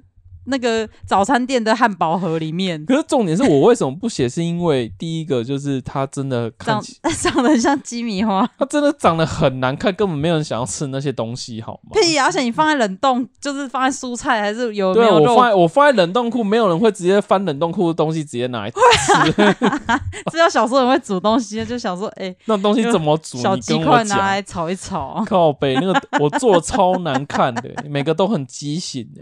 [SPEAKER 1] 那个早餐店的汉堡盒里面，
[SPEAKER 3] 可是重点是我为什么不写？是因为第一个就是它真的看
[SPEAKER 1] 长
[SPEAKER 3] 起，
[SPEAKER 1] (laughs) 长得很像鸡米 (laughs) 花。
[SPEAKER 3] 它真的长得很难看，根本没有人想要吃那些东西，好吗？
[SPEAKER 1] 屁、啊！而且你放在冷冻，就是放在蔬菜，还是有没
[SPEAKER 3] 对啊
[SPEAKER 1] 有
[SPEAKER 3] 我
[SPEAKER 1] 肉？ (laughs)
[SPEAKER 3] 放在我放在冷冻库，没有人会直接翻冷冻库的东西直接拿来
[SPEAKER 1] 知道小时候也会煮东西，就想说，哎、
[SPEAKER 3] 那东西怎么煮？
[SPEAKER 1] 小
[SPEAKER 3] 你
[SPEAKER 1] 鸡
[SPEAKER 3] 跟
[SPEAKER 1] 块拿
[SPEAKER 3] 我讲。
[SPEAKER 1] 来炒一炒， (laughs)
[SPEAKER 3] 靠北那个我做得超难看的， (laughs) 每个都很畸形的。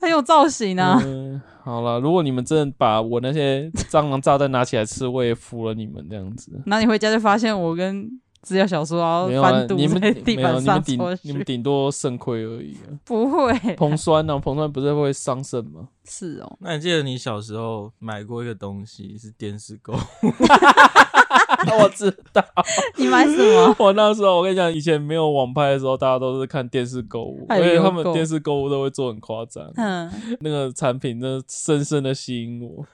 [SPEAKER 1] 很有造型啊。
[SPEAKER 3] 嗯，好了，如果你们真的把我那些蟑螂炸弹拿起来吃，我也服了你们这样子。
[SPEAKER 1] 然后你回家就发现我跟资料小说要
[SPEAKER 3] 没有啊
[SPEAKER 1] 翻，肚
[SPEAKER 3] 你们
[SPEAKER 1] 在
[SPEAKER 3] 没
[SPEAKER 1] 地
[SPEAKER 3] 有，
[SPEAKER 1] 板
[SPEAKER 3] 你们
[SPEAKER 1] 上
[SPEAKER 3] 顶
[SPEAKER 1] 搓
[SPEAKER 3] 你们
[SPEAKER 1] 去，
[SPEAKER 3] 顶多肾亏而已、啊。
[SPEAKER 1] (laughs) 不会
[SPEAKER 3] 硼酸呢、啊？硼酸不是会伤肾吗？ (laughs)
[SPEAKER 1] 是哦，
[SPEAKER 4] 那你记得你小时候买过一个东西是电视
[SPEAKER 3] (laughs)
[SPEAKER 4] 购物，
[SPEAKER 3] 我知道，
[SPEAKER 1] 你买什么？ (laughs)
[SPEAKER 3] 我那时候我跟你讲，以前没有网拍的时候，大家都是看电视购物，
[SPEAKER 1] 哎
[SPEAKER 3] 因为
[SPEAKER 1] 有
[SPEAKER 3] 他们
[SPEAKER 1] 够
[SPEAKER 3] 电视购物都会做很夸张，
[SPEAKER 1] 嗯，
[SPEAKER 3] 那个产品真的深深的吸引我。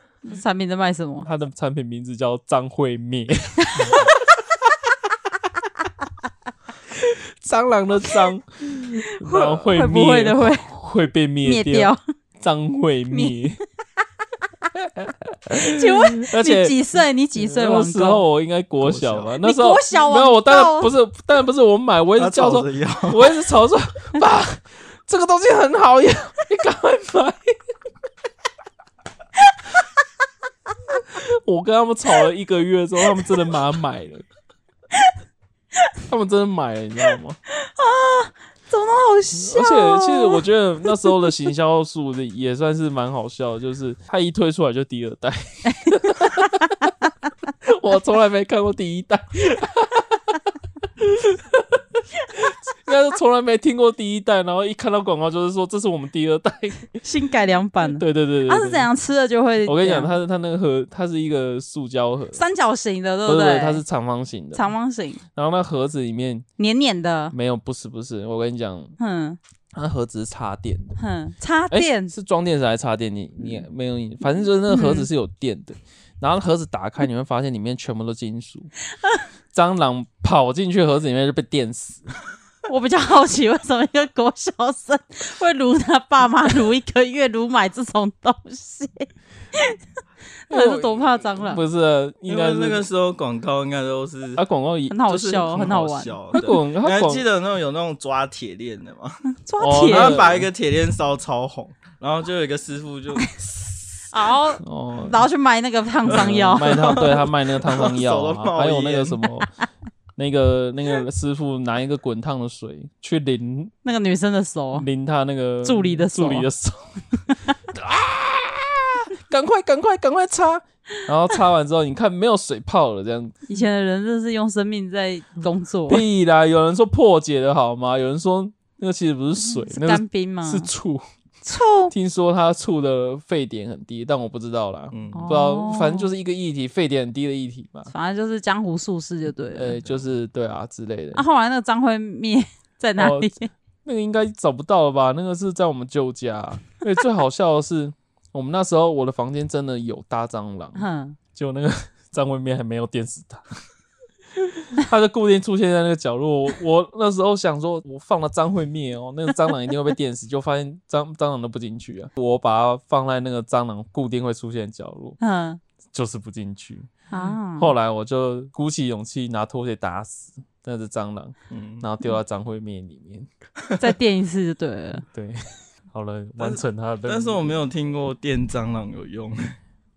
[SPEAKER 1] 产品在卖什么？
[SPEAKER 3] 它的产品名字叫张惠灭。蟑螂的蟑，然后
[SPEAKER 1] 会不
[SPEAKER 3] 灭
[SPEAKER 1] 会的会
[SPEAKER 3] 会被灭
[SPEAKER 1] 灭掉？
[SPEAKER 3] 张惠灭。
[SPEAKER 1] 请问
[SPEAKER 3] (laughs) 嗯而且
[SPEAKER 1] 你几岁？你几岁
[SPEAKER 3] 那
[SPEAKER 1] 网
[SPEAKER 3] 时
[SPEAKER 1] 购？
[SPEAKER 3] 候我应该国小吧？那
[SPEAKER 1] 你
[SPEAKER 3] 时候
[SPEAKER 1] 国小
[SPEAKER 3] 没有，
[SPEAKER 1] 网
[SPEAKER 3] 我当
[SPEAKER 1] 购
[SPEAKER 3] 然不是，当然不是我买，我一直
[SPEAKER 4] 他
[SPEAKER 3] 叫
[SPEAKER 4] 吵
[SPEAKER 3] 说
[SPEAKER 4] 着要，
[SPEAKER 3] 我一直吵说爸，这个东西很好用， (laughs) 你赶快买。 (laughs) 我跟他们吵了一个月之后，他们真的把它买了，他们真的买了，你知道吗？
[SPEAKER 1] 怎么那么好笑
[SPEAKER 3] 而
[SPEAKER 1] 哦？
[SPEAKER 3] 且其实我觉得那时候的行销数也算是蛮好笑的，就是他一推出来就第二
[SPEAKER 1] (laughs)
[SPEAKER 3] 代，我从来没看过第一代，应该是从来没听过第一代，然后一看到广告就是说这是我们第二代，
[SPEAKER 1] 新改良版的，
[SPEAKER 3] 对对对对
[SPEAKER 1] 它啊是怎？样啊吃了就会？
[SPEAKER 3] 对我跟你讲，
[SPEAKER 1] 这样
[SPEAKER 3] 它是它那个盒，它是一个塑胶盒，
[SPEAKER 1] 三角形的，对
[SPEAKER 3] 不是不
[SPEAKER 1] 对
[SPEAKER 3] 是，？它是长方形的，
[SPEAKER 1] 长方形，
[SPEAKER 3] 然后那盒子里面
[SPEAKER 1] 黏黏的，
[SPEAKER 3] 没有，不是不是，我跟你讲，
[SPEAKER 1] 哼
[SPEAKER 3] 它盒子是插电的。
[SPEAKER 1] 哼，插
[SPEAKER 3] 哎，
[SPEAKER 1] 电
[SPEAKER 3] 是装电池还是插电？你你
[SPEAKER 4] 嗯
[SPEAKER 3] 没有印，反正就是那个盒子是有电的。然后盒子打
[SPEAKER 4] 嗯
[SPEAKER 3] 开，你会发现里面全部都金属。蟑螂跑进去盒子里面就被电
[SPEAKER 4] (laughs)
[SPEAKER 3] 死，
[SPEAKER 1] 我比较好奇，为什么一个国小生会撸他爸妈撸一个月，撸买这种东
[SPEAKER 3] (laughs)
[SPEAKER 1] 西？到底是多怕蟑螂？
[SPEAKER 3] 不是啊？ (laughs) 应
[SPEAKER 4] 因
[SPEAKER 3] 该
[SPEAKER 4] 为
[SPEAKER 3] 是
[SPEAKER 4] 那个时候广告应该都是
[SPEAKER 3] 啊，广告也
[SPEAKER 1] 很好
[SPEAKER 4] 就是
[SPEAKER 1] 笑哦，
[SPEAKER 4] 很
[SPEAKER 1] 好
[SPEAKER 4] 玩
[SPEAKER 1] 玩。。
[SPEAKER 3] 它
[SPEAKER 4] 对
[SPEAKER 3] 广
[SPEAKER 4] 你
[SPEAKER 3] 它
[SPEAKER 4] 还
[SPEAKER 3] 广
[SPEAKER 4] 记得那种有那种抓铁链的吗？
[SPEAKER 1] 抓
[SPEAKER 3] 哦
[SPEAKER 1] 铁，
[SPEAKER 3] 那
[SPEAKER 4] 然
[SPEAKER 1] 然
[SPEAKER 4] 后把一个铁链烧超红，然后就有一个师
[SPEAKER 1] (laughs)
[SPEAKER 4] 傅就
[SPEAKER 1] 后
[SPEAKER 3] 哦，
[SPEAKER 1] 然后去买那个烫伤
[SPEAKER 3] 嗯 (laughs)
[SPEAKER 1] 药，
[SPEAKER 3] 卖烫，对他卖那个烫伤药
[SPEAKER 4] (laughs) 手都冒
[SPEAKER 3] 啊，还有那个
[SPEAKER 4] 烟
[SPEAKER 3] 什么。
[SPEAKER 4] (laughs)
[SPEAKER 3] 那个那个师傅拿一个滚烫的水去淋
[SPEAKER 1] 那个女生的手，
[SPEAKER 3] 淋他那个
[SPEAKER 1] 哦助理的手
[SPEAKER 3] 助理
[SPEAKER 1] (laughs)
[SPEAKER 3] 的手，啊！赶快赶快赶快擦，然后擦完之后，你看没有水泡了，这样
[SPEAKER 1] 以前的人真的是用生命在工作，
[SPEAKER 3] 屁啦！有人说破解的好吗？有人说那个其实不是水，
[SPEAKER 1] 嗯是
[SPEAKER 3] 那个
[SPEAKER 1] 干冰吗？
[SPEAKER 3] 是醋。
[SPEAKER 1] 醋，
[SPEAKER 3] 听说它醋的沸点很低，但我不知道啦，
[SPEAKER 4] 嗯，
[SPEAKER 3] 不知道
[SPEAKER 1] 哦，
[SPEAKER 3] 反正就是一个议题，沸点很低的议题嘛。
[SPEAKER 1] 反正就是江湖术士就对了。
[SPEAKER 3] 呃，就是对啊之类的
[SPEAKER 1] 啊，。后来那个张惠
[SPEAKER 3] (laughs)
[SPEAKER 1] 妹在哪
[SPEAKER 3] 哦
[SPEAKER 1] 里？
[SPEAKER 3] 那个应该找不到了吧？那个是在我们旧家、而且最好笑的是，我们那时候我的房间真的有大蟑螂，
[SPEAKER 1] 哼，
[SPEAKER 3] 结果那个 (laughs) 张惠妹还没有电死他， (laughs) 他就固定出现在那个角落。我我那时候想说，我放了张惠妹哦，那个蟑螂一定会被电死，就发现 (laughs) 蟑蟑螂都不进去啊。我把它放在那个蟑螂固定会出现的角落，
[SPEAKER 1] 哼
[SPEAKER 3] 就是不进去。
[SPEAKER 1] 啊，
[SPEAKER 3] 后来我就鼓起勇气拿拖鞋打死那只蟑螂，
[SPEAKER 4] 嗯，
[SPEAKER 3] 然后丢到张惠妹里面。
[SPEAKER 1] 再电一次就对了。
[SPEAKER 3] 对， (laughs) 好了，
[SPEAKER 4] 但
[SPEAKER 3] 完
[SPEAKER 4] 是
[SPEAKER 3] 成他的任务。
[SPEAKER 4] 但是我没有听过电蟑螂有用，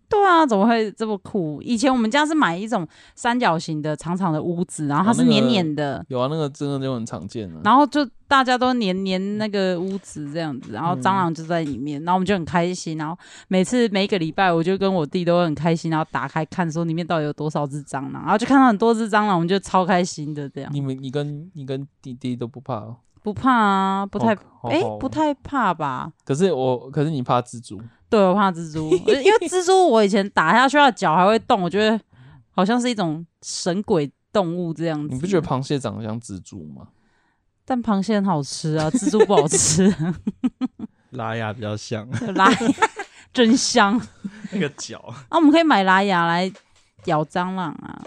[SPEAKER 1] 对啊，怎么会这么酷？以前我们家是买一种三角形的长长的屋子，然后它
[SPEAKER 3] 哦
[SPEAKER 1] 是
[SPEAKER 3] 那个
[SPEAKER 1] 黏黏的，
[SPEAKER 3] 有啊，那个真的就很常见了、啊
[SPEAKER 1] 然后就大家都黏黏那个屋子这样子，然
[SPEAKER 3] 嗯
[SPEAKER 1] 后蟑螂就在里面，然后我们就很开心。然后每次每一个礼拜，我就跟我弟都会很开心，然后打开看说里面到底有多少只蟑螂，然后就看到很多只蟑螂，我们就超开心的这样，
[SPEAKER 3] 你们，你跟你跟弟弟都不怕哦？
[SPEAKER 1] 不怕啊，不太
[SPEAKER 3] 好好
[SPEAKER 1] 哎、
[SPEAKER 3] 好
[SPEAKER 1] 不太怕吧？
[SPEAKER 3] 可是我，可是你怕蜘蛛，
[SPEAKER 1] 对，我怕蜘
[SPEAKER 3] (laughs)
[SPEAKER 1] 蛛，因为蜘蛛我以前打下去，它的脚还会动，我觉得好像是一种神鬼动物这样子。
[SPEAKER 3] 你不觉得？螃蟹长得像蜘蛛吗？
[SPEAKER 1] 但螃蟹很好吃啊，蜘蛛不好吃， (laughs)
[SPEAKER 4] 拉雅比较像
[SPEAKER 1] 拉牙真香
[SPEAKER 4] 那个脚，
[SPEAKER 1] 啊！我们可以买拉牙来咬蟑螂啊，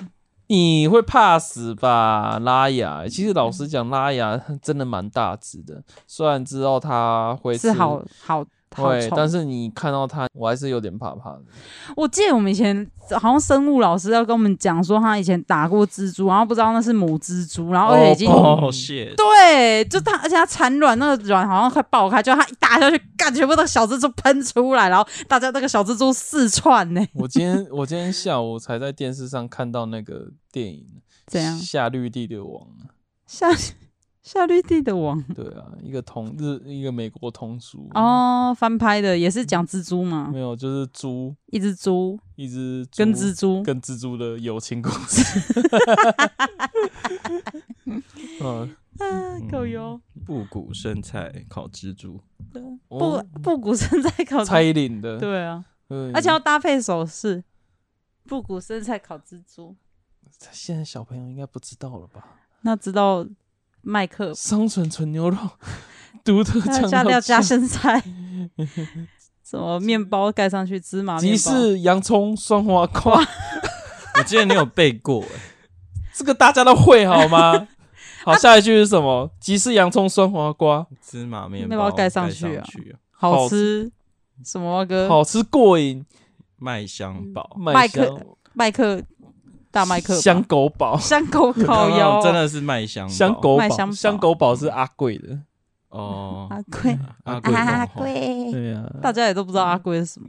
[SPEAKER 3] 你会怕死吧？拉雅，其实老实讲，拉雅真的蛮大只的，虽然知道它会
[SPEAKER 1] 是
[SPEAKER 3] 吃
[SPEAKER 1] 好好好
[SPEAKER 3] 会，
[SPEAKER 1] 臭。
[SPEAKER 3] 但是你看到它，我还是有点怕怕的。
[SPEAKER 1] 我记得我们以前好像生物老师要跟我们讲说，他以前打过蜘蛛，然后不知道那是母蜘蛛，然后而且已经、
[SPEAKER 4] 哦，shit，
[SPEAKER 1] 对，就它，而且它产卵那个卵好像快爆开，就它一打下去，干，全部都小蜘蛛喷出来，然后大家那个小蜘蛛四窜呢、
[SPEAKER 3] 我
[SPEAKER 1] (laughs)
[SPEAKER 3] 今天我今天下午才在电视上看到那个电影，
[SPEAKER 1] 怎样
[SPEAKER 3] 夏绿蒂的王啊，
[SPEAKER 1] 夏夏绿蒂的网
[SPEAKER 3] 对啊，一个同日一个美国童书，
[SPEAKER 1] 哦，翻拍的也是讲蜘蛛嘛
[SPEAKER 3] 没，有，就是猪，
[SPEAKER 1] 一只猪
[SPEAKER 3] 一只猪
[SPEAKER 1] 跟蜘蛛，
[SPEAKER 3] 跟蜘蛛的友情故
[SPEAKER 1] (laughs)
[SPEAKER 3] 事。嗯，
[SPEAKER 1] 嗯，狗油
[SPEAKER 4] 布谷生菜烤蜘蛛，
[SPEAKER 1] 布
[SPEAKER 3] 我
[SPEAKER 1] 布谷生菜烤
[SPEAKER 3] 蔡
[SPEAKER 1] 蜘
[SPEAKER 3] 依林的，
[SPEAKER 1] 蛛，对啊，
[SPEAKER 3] 嗯
[SPEAKER 1] 而且要搭配手势，布谷生菜烤蜘蛛，
[SPEAKER 3] 现在小朋友应该不知道了吧？
[SPEAKER 1] 那知道麦克
[SPEAKER 3] 桑纯纯牛肉，独特
[SPEAKER 1] 那
[SPEAKER 3] 酱
[SPEAKER 1] 加
[SPEAKER 3] 料
[SPEAKER 1] (laughs) 料加
[SPEAKER 3] 酱
[SPEAKER 1] 生菜，什么面包盖上去芝麻面
[SPEAKER 3] 集
[SPEAKER 1] 包，
[SPEAKER 3] 市洋葱酸花瓜，
[SPEAKER 4] 我记得你有背过、欸，
[SPEAKER 3] 这个大家都会好吗？好，
[SPEAKER 1] 啊
[SPEAKER 3] 下一句是什么？集市洋葱酸花瓜，
[SPEAKER 4] 芝麻面
[SPEAKER 1] 那
[SPEAKER 4] 包
[SPEAKER 1] 把它盖上
[SPEAKER 4] 上
[SPEAKER 1] 去啊
[SPEAKER 4] 去啊
[SPEAKER 1] 好吃什么哥
[SPEAKER 3] 好吃过瘾，
[SPEAKER 4] 麦香堡，
[SPEAKER 1] 呃麦
[SPEAKER 3] 麦
[SPEAKER 1] 克
[SPEAKER 3] 香
[SPEAKER 1] 麦克大麦克吧
[SPEAKER 3] 香狗堡，
[SPEAKER 1] 香口烤
[SPEAKER 4] 刚
[SPEAKER 1] 腰 (laughs)
[SPEAKER 4] 刚真的是麦香
[SPEAKER 3] 香
[SPEAKER 4] 堡
[SPEAKER 3] 狗
[SPEAKER 1] 麦
[SPEAKER 3] 堡，
[SPEAKER 1] 香
[SPEAKER 3] 香
[SPEAKER 1] 堡嗯
[SPEAKER 3] 狗堡是阿贵的，
[SPEAKER 4] 哦，
[SPEAKER 1] 阿贵，
[SPEAKER 4] 阿贵
[SPEAKER 1] 阿
[SPEAKER 4] 凤凰，
[SPEAKER 1] 贵，
[SPEAKER 3] 对啊，
[SPEAKER 1] 大家也都不知道阿贵是什么。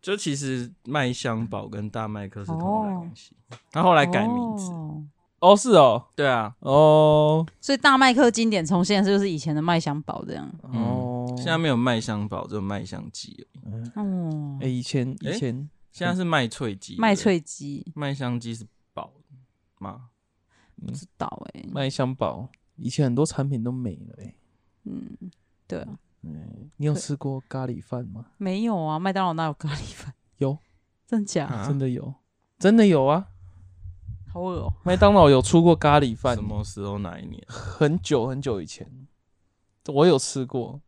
[SPEAKER 4] 就其实麦香堡跟大麦克是同一
[SPEAKER 1] 哦
[SPEAKER 4] 个东西，他后来改名字，
[SPEAKER 1] 哦
[SPEAKER 3] 哦是哦，
[SPEAKER 4] 对啊，
[SPEAKER 3] 哦
[SPEAKER 1] 所以大麦克经典重现就是以前的麦香堡这样。
[SPEAKER 3] 哦，
[SPEAKER 4] 现在没有麦香堡，只有麦香鸡而已，
[SPEAKER 1] 哦，
[SPEAKER 3] 哎以前以
[SPEAKER 4] 哎
[SPEAKER 3] 前
[SPEAKER 4] 现在是麦脆鸡，
[SPEAKER 1] 麦
[SPEAKER 4] 对
[SPEAKER 1] 脆鸡
[SPEAKER 4] 不对，麦香鸡是堡吗？
[SPEAKER 1] 不知道哎、
[SPEAKER 3] 麦香堡，以前很多产品都没了哎，
[SPEAKER 1] 嗯，对啊，
[SPEAKER 3] 你有
[SPEAKER 1] 对
[SPEAKER 3] 吃过咖喱饭吗？
[SPEAKER 1] 没有啊，麦当劳哪有咖喱饭？
[SPEAKER 3] 有，嗯
[SPEAKER 1] 真假？
[SPEAKER 4] 啊
[SPEAKER 3] 真的有，真的有啊！
[SPEAKER 1] 好恶哦、
[SPEAKER 3] 麦当劳有出过咖喱饭
[SPEAKER 4] 什，么时候哪一
[SPEAKER 3] (laughs)
[SPEAKER 4] 年？
[SPEAKER 3] 很久很久以前，我有吃过，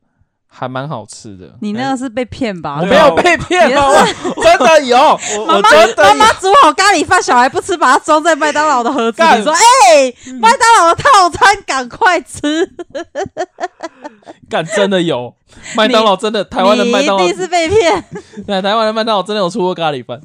[SPEAKER 3] 还蛮好吃的。
[SPEAKER 1] 你那个是被骗吧？
[SPEAKER 4] 我
[SPEAKER 3] 没有哎被骗
[SPEAKER 1] 啊你
[SPEAKER 3] 好
[SPEAKER 1] (laughs)
[SPEAKER 3] 吗？真的有，我我真的
[SPEAKER 1] 哎妈
[SPEAKER 3] 有
[SPEAKER 1] 妈煮好咖喱饭，小孩不吃，把它装在麦当劳的盒子
[SPEAKER 3] 干嗯
[SPEAKER 1] 里，说：“哎、麦当劳的套餐，赶快吃！”
[SPEAKER 3] 干真的有，麦当劳真的，台湾的麦当劳
[SPEAKER 1] 你一，定是被骗。
[SPEAKER 3] 对，台湾的麦当劳真的有出过咖喱饭，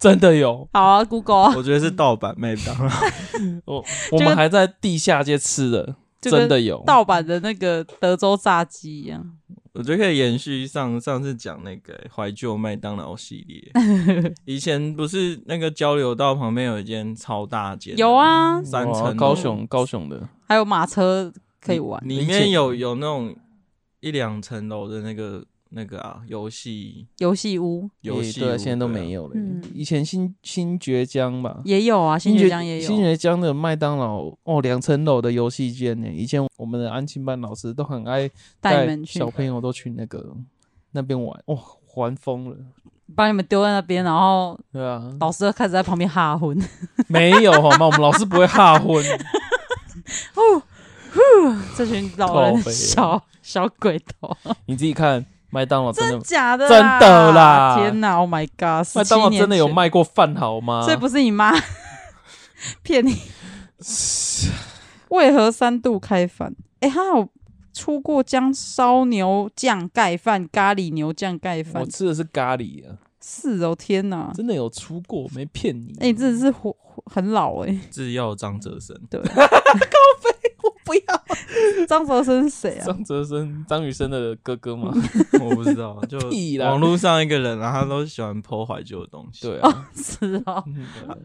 [SPEAKER 3] 真的有。
[SPEAKER 1] 好啊，Google
[SPEAKER 4] 我觉得是盗版麦当劳， (laughs)
[SPEAKER 3] 我我们还在地下街吃的，
[SPEAKER 1] 就跟
[SPEAKER 3] 真的有。
[SPEAKER 1] 盗版的那个德州炸鸡一样，
[SPEAKER 4] 我觉得可以延续上上次讲那个欸怀旧麦当劳系
[SPEAKER 1] (laughs)
[SPEAKER 4] 列。以前不是那个交流道旁边有一间超大
[SPEAKER 3] 嗯
[SPEAKER 4] 间，
[SPEAKER 1] 有，啊，
[SPEAKER 4] 三
[SPEAKER 3] 哇
[SPEAKER 4] 层
[SPEAKER 3] 高雄高雄的，
[SPEAKER 1] 还有马车可以玩。
[SPEAKER 4] 里面有有那种一两层楼的那个那个啊游戏
[SPEAKER 1] 游戏屋
[SPEAKER 4] 游
[SPEAKER 3] 诶
[SPEAKER 4] 戏屋，
[SPEAKER 3] 对啊，现在都
[SPEAKER 4] 对啊
[SPEAKER 3] 没有了
[SPEAKER 1] 嗯。
[SPEAKER 3] 以前新新爵江吧，
[SPEAKER 1] 也有啊，新
[SPEAKER 3] 觉
[SPEAKER 1] 觉江也
[SPEAKER 3] 新
[SPEAKER 1] 有。
[SPEAKER 3] 觉江的麦当劳哦，两层楼的游戏间呢。以前我们的安亲班老师都很爱
[SPEAKER 1] 带
[SPEAKER 3] 带
[SPEAKER 1] 你们去
[SPEAKER 3] 小，朋友都去那个那边玩，哇、玩疯了。
[SPEAKER 1] 把你们丢在那边，然后
[SPEAKER 3] 对啊，
[SPEAKER 1] 老师就开始在旁边哈混。
[SPEAKER 3] 没有好 (laughs) 吗？我们老师不会哈昏，
[SPEAKER 1] 哦这群老人
[SPEAKER 3] 靠北 (laughs)
[SPEAKER 1] 小小鬼头，
[SPEAKER 3] 你自己看麦当劳真的，
[SPEAKER 1] 假的
[SPEAKER 3] 真的啦
[SPEAKER 1] 天哪，Oh my God！
[SPEAKER 3] 麦当劳
[SPEAKER 1] 17年
[SPEAKER 3] 真的有
[SPEAKER 1] 前，
[SPEAKER 3] 卖过饭好吗？
[SPEAKER 1] 所以不是你
[SPEAKER 3] (laughs)
[SPEAKER 1] 妈骗你。为何三度开饭？哎、他有出过将烧牛酱盖饭、咖喱牛酱盖饭
[SPEAKER 3] 我，吃的是咖喱啊，
[SPEAKER 1] 是哦，天哪！
[SPEAKER 3] 真的有出过，没骗你。
[SPEAKER 1] 哎、你真的是活活很老哎、
[SPEAKER 4] 制药张哲
[SPEAKER 3] (laughs)
[SPEAKER 4] 生，
[SPEAKER 1] 张哲生是谁啊？
[SPEAKER 3] 张哲生、张雨生的哥
[SPEAKER 1] (laughs)
[SPEAKER 3] 哥嘛，
[SPEAKER 4] 我不知道，就
[SPEAKER 3] 屁啦
[SPEAKER 4] 网络上一个人啊，他都喜欢剖怀旧的东西。
[SPEAKER 3] 对啊，
[SPEAKER 1] (laughs) 是哦，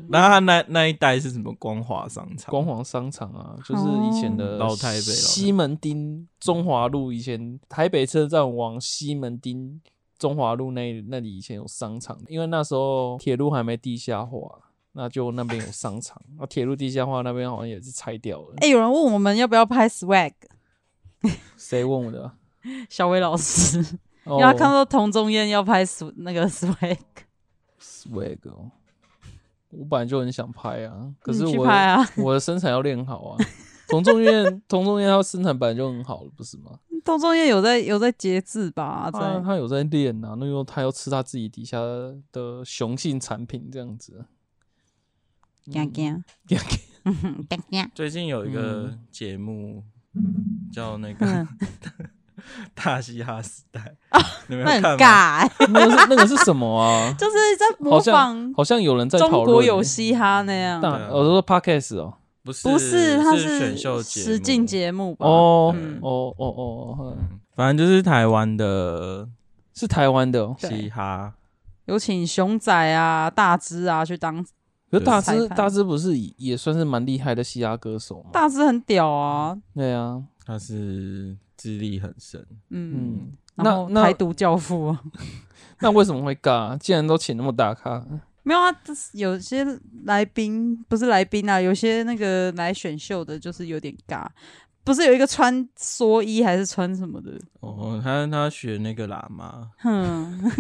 [SPEAKER 4] 然后他那那一代是什么光华商场？
[SPEAKER 3] 光华商场啊，就是以前的
[SPEAKER 4] 哦老台北老台北
[SPEAKER 3] 西门町中华路，以前台北车站往西门町中华路那那里以前有商场，因为那时候铁路还没地下化，那就那边有商场。 (laughs) 那铁路地下化那边好像也是拆掉了。
[SPEAKER 1] 哎、有人问我们要不要拍 swag，
[SPEAKER 3] 谁问我的
[SPEAKER 4] (laughs)
[SPEAKER 3] 啊？
[SPEAKER 1] 小薇老师，
[SPEAKER 3] 哦
[SPEAKER 1] 因
[SPEAKER 4] 啊
[SPEAKER 1] 为他看到童中燕要拍 s 那个 swag，
[SPEAKER 3] swag 哦，我本来就很想拍
[SPEAKER 4] 嗯
[SPEAKER 3] 啊，可是
[SPEAKER 1] 你去
[SPEAKER 3] 我、
[SPEAKER 1] 拍啊
[SPEAKER 3] 我的身材要练好啊。童仲彦， (laughs) 童仲彦他身材本来就很好了，不是吗？
[SPEAKER 1] 童中燕有在有在节制吧？在、
[SPEAKER 3] 他他有在练啊，那因为他要吃他自己底下的雄性产品这样子。
[SPEAKER 1] 干干干干，
[SPEAKER 4] 最近有一个节目叫那个
[SPEAKER 1] 嗯哦
[SPEAKER 4] 《 (laughs) 大嘻哈时代》，你们
[SPEAKER 1] 那
[SPEAKER 4] 有
[SPEAKER 1] 很
[SPEAKER 4] 看吗？
[SPEAKER 1] 尬、欸，
[SPEAKER 3] 那个是那个是什么啊？
[SPEAKER 1] 就是在模
[SPEAKER 3] 好像
[SPEAKER 1] 仿
[SPEAKER 3] 好像有人在
[SPEAKER 1] 中
[SPEAKER 3] 讨论欸、
[SPEAKER 1] 国有嘻哈那样。
[SPEAKER 3] 大，
[SPEAKER 4] 对啊
[SPEAKER 3] 我说 podcast 哦，
[SPEAKER 4] 不是，
[SPEAKER 1] 不是，他
[SPEAKER 4] 是选秀节目
[SPEAKER 1] 实境。节目吧？
[SPEAKER 3] 哦
[SPEAKER 1] 嗯
[SPEAKER 3] 哦哦哦哦，嗯
[SPEAKER 4] 反正就是台湾的
[SPEAKER 3] 是台湾的、哦，
[SPEAKER 1] 对
[SPEAKER 4] 嘻哈，
[SPEAKER 1] 有请熊仔啊、大只啊去当，
[SPEAKER 3] 可是大
[SPEAKER 1] 裁
[SPEAKER 3] 只
[SPEAKER 1] 判
[SPEAKER 3] 大只不是也也算是蛮厉害的嘻哈歌手嘛？
[SPEAKER 1] 大只很屌啊，
[SPEAKER 3] 对啊，
[SPEAKER 4] 他是资历很深，
[SPEAKER 1] 嗯，
[SPEAKER 3] 嗯，
[SPEAKER 1] 然后
[SPEAKER 3] 那那
[SPEAKER 1] 台独教父啊，
[SPEAKER 3] 那为什么会尬？既然都请那么大咖，
[SPEAKER 1] 没有啊，这是有些来宾不是来宾啊，有些那个来选秀的，就是有点尬。不是有一个穿蓑衣还是穿什么的？，
[SPEAKER 4] 哦，他他学那个喇嘛 (laughs) 嗯
[SPEAKER 1] (laughs) 哼，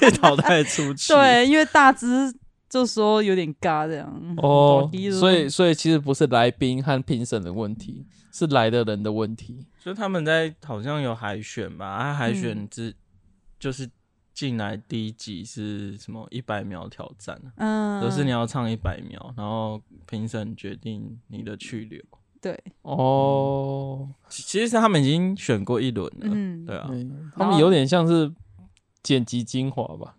[SPEAKER 4] 被淘汰出去。
[SPEAKER 1] 对，因为大只就说有点尬这样。
[SPEAKER 3] 哦
[SPEAKER 1] 大只，就
[SPEAKER 3] 所以所以其实不是来宾和评审的问题，是来的人的问题。
[SPEAKER 1] 嗯
[SPEAKER 4] 就他们在好像有海选吧，啊，海选之、就是进来第一集是什么一百秒挑战啊，
[SPEAKER 1] 嗯，
[SPEAKER 4] 就是你要唱一百秒，然后评审决定你的去留。
[SPEAKER 1] 对，
[SPEAKER 3] 哦，
[SPEAKER 4] 其其实他们已经选过一轮了，
[SPEAKER 1] 嗯
[SPEAKER 4] 对啊，
[SPEAKER 3] 对他们有点像是剪辑精华吧？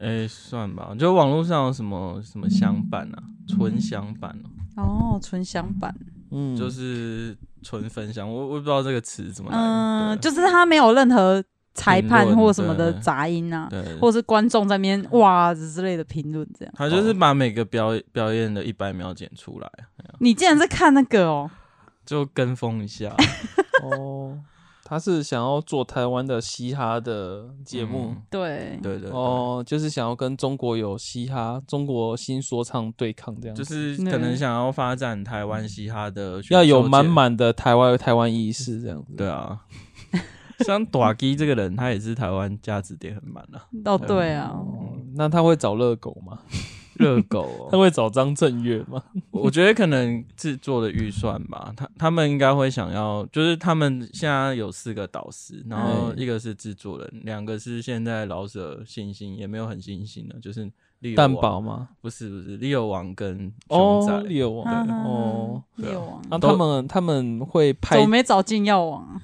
[SPEAKER 4] 哎、算吧，就网络上有什么什么相伴啊，纯相伴哦、
[SPEAKER 1] 哦，纯享版，
[SPEAKER 3] 嗯，
[SPEAKER 4] 就是 (laughs) 纯分享，我我也不知道这个词怎么来的，
[SPEAKER 1] 嗯，就
[SPEAKER 4] 对
[SPEAKER 1] 是他没有任何裁判
[SPEAKER 4] 评论
[SPEAKER 1] 或什么的
[SPEAKER 4] 对
[SPEAKER 1] 杂音啊，
[SPEAKER 4] 对，
[SPEAKER 1] 或是观众在那边哇之类的评论这样。
[SPEAKER 4] 他就是把每个表表演的一百秒剪出来，啊
[SPEAKER 1] 你竟然在看那个哦？
[SPEAKER 4] 就跟风一下啊
[SPEAKER 3] 哦，他是想要做台湾的嘻哈的节目。
[SPEAKER 4] 嗯
[SPEAKER 1] 对，
[SPEAKER 4] 对对哦，
[SPEAKER 3] 哦，就是想要跟中国有嘻哈、中国新说唱对抗这样，
[SPEAKER 4] 就是
[SPEAKER 1] 对
[SPEAKER 4] 可能想要发展台湾嘻哈的选秀
[SPEAKER 3] 要有满
[SPEAKER 4] 节目 (laughs)
[SPEAKER 3] 满的台湾台湾意识这样子。
[SPEAKER 4] 对啊，像短基这个人，他也是台湾价值点很满啊， (laughs)
[SPEAKER 1] 哦对啊，
[SPEAKER 3] 哦，那他会找热狗吗？
[SPEAKER 4] 热狗、
[SPEAKER 3] (laughs) 他会找张震岳吗？
[SPEAKER 4] 我觉得可能制作的预算吧，他他们应该会想要，就是他们现在有四个导师，然后一个是制作人，两个是现在老舍新星，也没有很新星的，就是利友
[SPEAKER 3] 蛋
[SPEAKER 4] 王
[SPEAKER 3] 堡吗？
[SPEAKER 4] 不是不是利友王跟熊仔，
[SPEAKER 3] 哦，猎王。
[SPEAKER 1] 哈哈
[SPEAKER 3] 哦，
[SPEAKER 4] 对啊
[SPEAKER 1] 药王，
[SPEAKER 3] 那
[SPEAKER 4] 都
[SPEAKER 3] 他们他们会
[SPEAKER 1] 怎
[SPEAKER 3] 拍
[SPEAKER 1] 么没找进药王啊？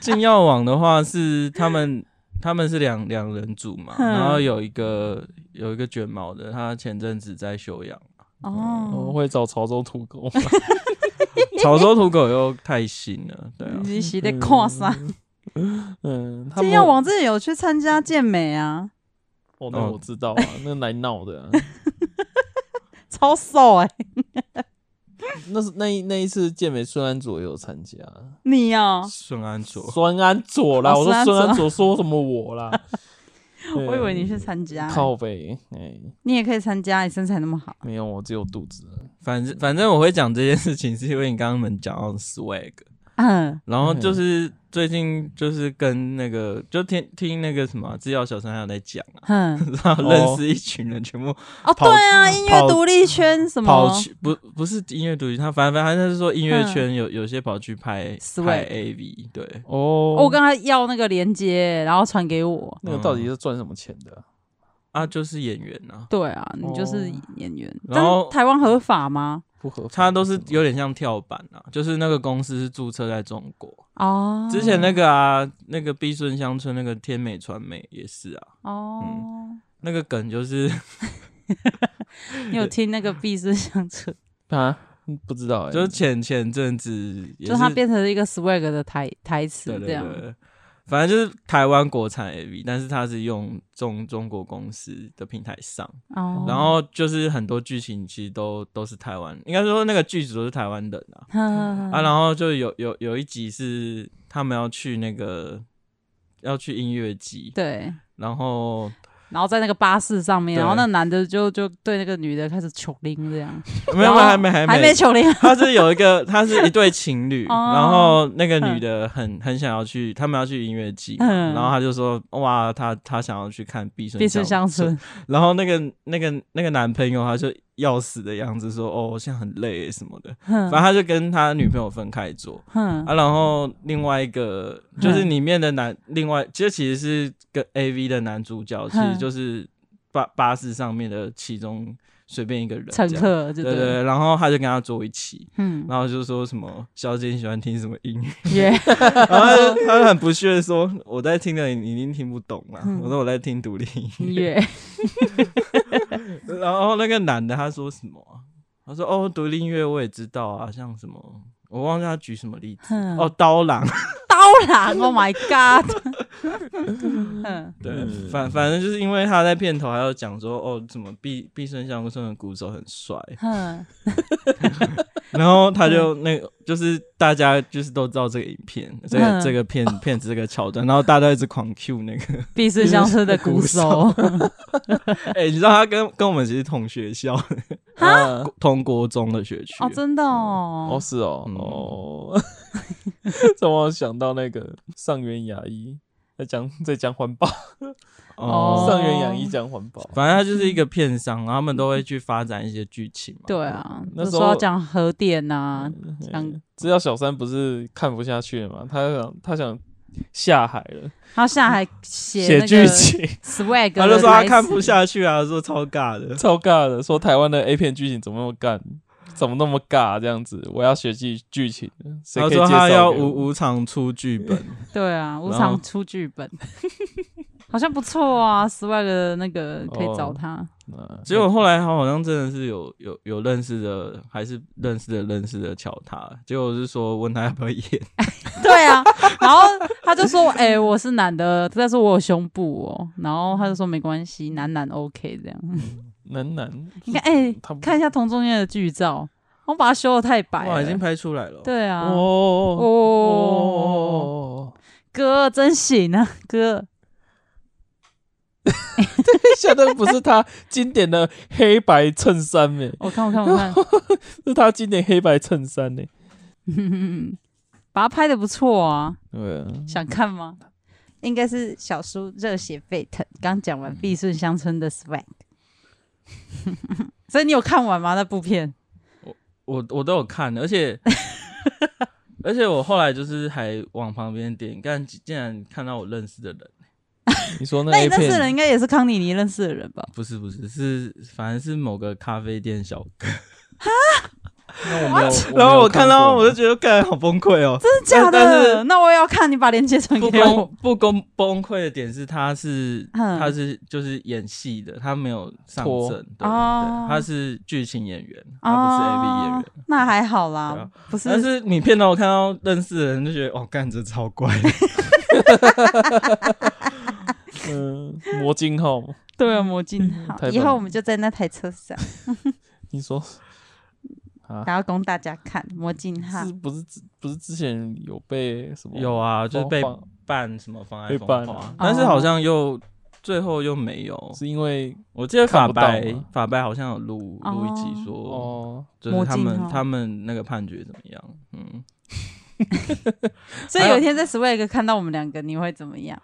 [SPEAKER 4] 禁药网的话是他们 (laughs) 他们是两两人组嘛，
[SPEAKER 1] 嗯
[SPEAKER 4] 然后有一个有一个卷毛的，他前阵子在休养， (laughs)
[SPEAKER 3] 我
[SPEAKER 1] 哦，
[SPEAKER 3] 会找潮州土狗，
[SPEAKER 4] 潮州土狗又太新了，对啊，嗯
[SPEAKER 1] 你是在看啥？
[SPEAKER 3] (laughs) 嗯，他
[SPEAKER 1] 进
[SPEAKER 3] 们
[SPEAKER 1] 药王之前有去参加健美啊，
[SPEAKER 3] 哦，那
[SPEAKER 4] 哦
[SPEAKER 3] 我知道啊，那来闹的啊，
[SPEAKER 1] 超瘦哎，
[SPEAKER 3] 那是那一那一次健美孙安佐也有参
[SPEAKER 4] (laughs)
[SPEAKER 3] 加，
[SPEAKER 1] (laughs) 你哦，
[SPEAKER 4] 顺安佐。
[SPEAKER 3] 孙安佐啦，
[SPEAKER 1] 哦
[SPEAKER 3] 我说
[SPEAKER 1] 孙
[SPEAKER 3] 孙
[SPEAKER 1] 安
[SPEAKER 3] 安佐说什么
[SPEAKER 1] (laughs)
[SPEAKER 3] 我啦，对啊
[SPEAKER 1] 我以为你去参加，欸
[SPEAKER 3] 靠背，哎，
[SPEAKER 1] 你也可以参加，你身材那么好。
[SPEAKER 3] 没有，我只有肚子，
[SPEAKER 4] 反正反正我会讲这件事情，是因为你刚刚们讲到 swag，
[SPEAKER 1] 嗯，
[SPEAKER 4] 然后就是最近就是跟那个就听听那个什么制药小三还有在讲啊， (laughs)
[SPEAKER 1] 哼，
[SPEAKER 4] 然后认识一群人，全部
[SPEAKER 1] 哦，对
[SPEAKER 4] 跑
[SPEAKER 1] 啊，音乐
[SPEAKER 4] 跑
[SPEAKER 1] 独立圈什么
[SPEAKER 4] 跑去不不是音乐独立，他反正反正他是说音乐圈有有些跑去拍
[SPEAKER 1] Swag
[SPEAKER 4] 拍 AV，对，
[SPEAKER 3] 哦，
[SPEAKER 1] 我跟他要那个链接，然后传给我。
[SPEAKER 3] 那个到底是赚什么钱的啊？
[SPEAKER 4] 啊就是演员啊，
[SPEAKER 1] 对啊，你就是
[SPEAKER 3] 哦
[SPEAKER 1] 演员。
[SPEAKER 4] 然后
[SPEAKER 1] 但台湾合法吗？
[SPEAKER 3] 不合法，
[SPEAKER 4] 他都是有点像跳板啊，就是那个公司是注册在中国，
[SPEAKER 1] 哦，
[SPEAKER 4] 之前那个啊那个碧顺乡村那个天美传媒也是啊，
[SPEAKER 1] 哦，
[SPEAKER 4] 那个
[SPEAKER 1] (laughs)
[SPEAKER 4] 梗就是
[SPEAKER 1] 你有听那个《必思相册》，
[SPEAKER 3] 啊，不知道哎，
[SPEAKER 4] 就是前前阵子也
[SPEAKER 1] 就是它变成了一个 swag 的台台词
[SPEAKER 4] 对
[SPEAKER 1] 这
[SPEAKER 4] 对
[SPEAKER 1] 样。
[SPEAKER 4] 对，反正就是台湾国产 AV，但是它是用中中国公司的平台上，
[SPEAKER 1] 哦，
[SPEAKER 4] 然后就是很多剧情其实都都是台湾，应该说那个剧组都是台湾人啊、
[SPEAKER 1] 哼
[SPEAKER 4] 啊，然后就有有有一集是他们要去那个要去音乐季，
[SPEAKER 1] 对，
[SPEAKER 4] 然后
[SPEAKER 1] 然后在那个巴士上面，
[SPEAKER 4] 对
[SPEAKER 1] 然后那男的就就对那个女的开始求铃这样，
[SPEAKER 4] 没有没有还没
[SPEAKER 1] 还
[SPEAKER 4] 还
[SPEAKER 1] 没
[SPEAKER 4] 没。
[SPEAKER 1] 求铃，
[SPEAKER 4] (laughs) 他是有一个，他是一对情侣，
[SPEAKER 1] (laughs) 哦
[SPEAKER 4] 然后那个女的很很想要去，他们要去音乐季嘛，
[SPEAKER 1] 嗯
[SPEAKER 4] 然后他就说哇，他他想要去看《毕生
[SPEAKER 1] 必思乡村，
[SPEAKER 4] 然后那个那个那个男朋友他就要死的样子说，哦，我现在很累耶什么的，
[SPEAKER 1] 哼
[SPEAKER 4] 反正他就跟他女朋友分开做
[SPEAKER 1] 哼
[SPEAKER 4] 啊。然后另外一个
[SPEAKER 1] 嗯
[SPEAKER 4] 就是里面的男，另外这其实是跟 A V 的男主角，其实
[SPEAKER 1] 嗯
[SPEAKER 4] 就是巴巴士上面的其中随便一个人这
[SPEAKER 1] 乘
[SPEAKER 4] 样。
[SPEAKER 1] 客就
[SPEAKER 4] 对
[SPEAKER 1] 对
[SPEAKER 4] 对
[SPEAKER 1] 了，
[SPEAKER 4] 对，然后他就跟他坐一起，
[SPEAKER 1] 嗯，
[SPEAKER 4] 然后就说什么小姐你喜欢听什么音
[SPEAKER 1] (laughs)
[SPEAKER 4] 乐，
[SPEAKER 1] 耶，
[SPEAKER 4] 然后他就他就很不屑地说我在听的你一定听不懂啦，
[SPEAKER 1] 嗯
[SPEAKER 4] 我说我在听独立音乐
[SPEAKER 1] 音
[SPEAKER 4] (laughs)
[SPEAKER 1] 乐，
[SPEAKER 4] 然后那个男的他说什么啊、他说哦，独立音乐我也知道啊，像什么我忘记他举什么例子。
[SPEAKER 1] 哼
[SPEAKER 4] 哦，刀郎，
[SPEAKER 1] 刀郎，Oh my God！嗯，
[SPEAKER 4] 对，反反正就是因为他在片头还要讲说，哦，怎么毕毕生相村的鼓手很帅，
[SPEAKER 1] (laughs) 哼，
[SPEAKER 4] 然后他就那个就是大家就是都知道这个影片，这个
[SPEAKER 1] 嗯
[SPEAKER 4] 这
[SPEAKER 1] (laughs)
[SPEAKER 4] 个片片子这个桥段，然后大家都一直狂 Q 那个，
[SPEAKER 1] 必是相
[SPEAKER 4] (laughs)
[SPEAKER 1] 车的鼓手，
[SPEAKER 4] 哎，你知道他跟跟我们其实同学校，
[SPEAKER 3] 啊，
[SPEAKER 4] 同国中的学区，
[SPEAKER 1] 哦，真的哦
[SPEAKER 3] 哦，，是哦，
[SPEAKER 4] 嗯
[SPEAKER 3] 哦， (laughs) 怎么想到那个上元雅一在讲在讲环保，
[SPEAKER 1] 哦
[SPEAKER 3] 上元雅一讲环保，
[SPEAKER 4] 反正他就是一个片商，然后他们都会去发展一些剧情嘛。
[SPEAKER 1] 对啊，
[SPEAKER 3] 那
[SPEAKER 1] 就
[SPEAKER 3] 时候
[SPEAKER 1] 说要讲核电呐，讲啊
[SPEAKER 4] 嗯
[SPEAKER 3] 知道小三不是看不下去了嘛？他想他想下海了，
[SPEAKER 1] 他下海写
[SPEAKER 3] 写
[SPEAKER 1] 那
[SPEAKER 3] 剧
[SPEAKER 1] 个
[SPEAKER 3] 情，
[SPEAKER 1] swag，
[SPEAKER 4] 他就说他看不
[SPEAKER 1] 的台词
[SPEAKER 4] 下去啊，说超尬的。
[SPEAKER 3] 超尬的，说台湾的 A 片剧情怎么那么干，怎么那么尬这样子，我要学剧剧情，谁可
[SPEAKER 4] 他
[SPEAKER 3] 以介
[SPEAKER 4] 说
[SPEAKER 3] 绍
[SPEAKER 4] 他要
[SPEAKER 3] 给我
[SPEAKER 4] 五五场出剧本，
[SPEAKER 1] 对啊，无
[SPEAKER 4] 然后
[SPEAKER 1] 偿出剧本， (laughs) 好像不错啊。swag 的那个可以找
[SPEAKER 3] 哦
[SPEAKER 1] 他，
[SPEAKER 3] 啊
[SPEAKER 4] 结果后来他好像真的是有有有认识的，还是认识的认识的瞧他。结果是说问他要不要演，
[SPEAKER 1] 对啊。然后他就说：“哎、我是男的，但是我有胸部哦。”然后他就说：“没关系，男男 OK 这样。
[SPEAKER 4] 嗯
[SPEAKER 3] 男男，
[SPEAKER 1] 你看，哎、
[SPEAKER 3] 他不
[SPEAKER 1] 看一下同中间的剧照，我把它修的太白
[SPEAKER 4] 哇，已经
[SPEAKER 1] 了。
[SPEAKER 4] 拍出来了。
[SPEAKER 1] 对啊，
[SPEAKER 3] 哦
[SPEAKER 1] 哦，
[SPEAKER 3] 哦，
[SPEAKER 1] 哥真行啊，哥。
[SPEAKER 3] 现在不是他经典的黑白衬衫诶，
[SPEAKER 1] 我哦看，我看，我看，
[SPEAKER 3] 是他经典黑白衬衫诶。
[SPEAKER 4] (laughs)
[SPEAKER 1] 把它拍的不错啊，
[SPEAKER 3] 对啊，
[SPEAKER 1] 想看吗？应该是小叔热血沸腾，刚讲完
[SPEAKER 4] 嗯
[SPEAKER 1] 碧顺乡村的 swag。所以你有看完吗？那部片？
[SPEAKER 4] 我我都有看，而且 (laughs) 而且我后来就是还往旁边点，但竟然看到我认识的人，
[SPEAKER 3] 你说那
[SPEAKER 1] 那你
[SPEAKER 3] A
[SPEAKER 1] 认识的人
[SPEAKER 3] 片
[SPEAKER 1] 应该也是康妮妮认识的
[SPEAKER 4] (laughs)
[SPEAKER 1] 人吧？
[SPEAKER 4] 不是不是是，反正是某个咖啡店小哥。
[SPEAKER 3] 那我没有，没有
[SPEAKER 4] (laughs) 然后我看到
[SPEAKER 3] 过
[SPEAKER 4] 我就觉得，感好崩溃哦。
[SPEAKER 1] 真的假
[SPEAKER 4] 但是
[SPEAKER 1] 的？那我也要看，你把链接 (laughs) 传
[SPEAKER 4] 不
[SPEAKER 1] 给我。
[SPEAKER 4] 公不公崩溃的点是，他是
[SPEAKER 1] 嗯
[SPEAKER 4] 他是就是演戏的，他没有上
[SPEAKER 3] 托
[SPEAKER 4] 阵，对，
[SPEAKER 1] 哦
[SPEAKER 4] 对他是剧情演员，他不是 AV 演
[SPEAKER 1] 啊
[SPEAKER 4] 员。，
[SPEAKER 1] 那还好
[SPEAKER 4] 对
[SPEAKER 1] 啦
[SPEAKER 4] 啊，
[SPEAKER 1] 不是
[SPEAKER 4] 但是你骗到我看到认识的人，就觉得哦，干这超怪的，
[SPEAKER 3] 哦嗯，魔镜号嘛，
[SPEAKER 1] 对啊，魔镜
[SPEAKER 4] 嗯
[SPEAKER 3] 太
[SPEAKER 1] 号，
[SPEAKER 3] 棒
[SPEAKER 1] 以后我们就在那台车上，
[SPEAKER 4] (laughs)
[SPEAKER 3] 你
[SPEAKER 1] (laughs)
[SPEAKER 3] 说啊，
[SPEAKER 1] 然后供大家看魔镜号
[SPEAKER 3] 是。不是之不是之前有被什么
[SPEAKER 4] 有啊，就是被
[SPEAKER 3] 放
[SPEAKER 4] 办什么妨碍
[SPEAKER 3] 被
[SPEAKER 4] 风
[SPEAKER 3] 办
[SPEAKER 4] 化
[SPEAKER 3] 啊，
[SPEAKER 4] 但
[SPEAKER 1] 哦
[SPEAKER 4] 是好像又最后又没有。
[SPEAKER 3] 是因为
[SPEAKER 4] 我记得
[SPEAKER 3] 看
[SPEAKER 4] 法
[SPEAKER 3] 不
[SPEAKER 4] 白
[SPEAKER 3] 到吗
[SPEAKER 4] 法白好像有录录一集
[SPEAKER 1] 哦
[SPEAKER 4] 说，
[SPEAKER 3] 哦，
[SPEAKER 4] 就是
[SPEAKER 1] 墨
[SPEAKER 4] 他
[SPEAKER 1] 镜
[SPEAKER 4] 们
[SPEAKER 1] 哦
[SPEAKER 4] 他们那个判决怎么样？嗯，
[SPEAKER 1] 所以有一天在 swag 看到我们两个，你会怎么样？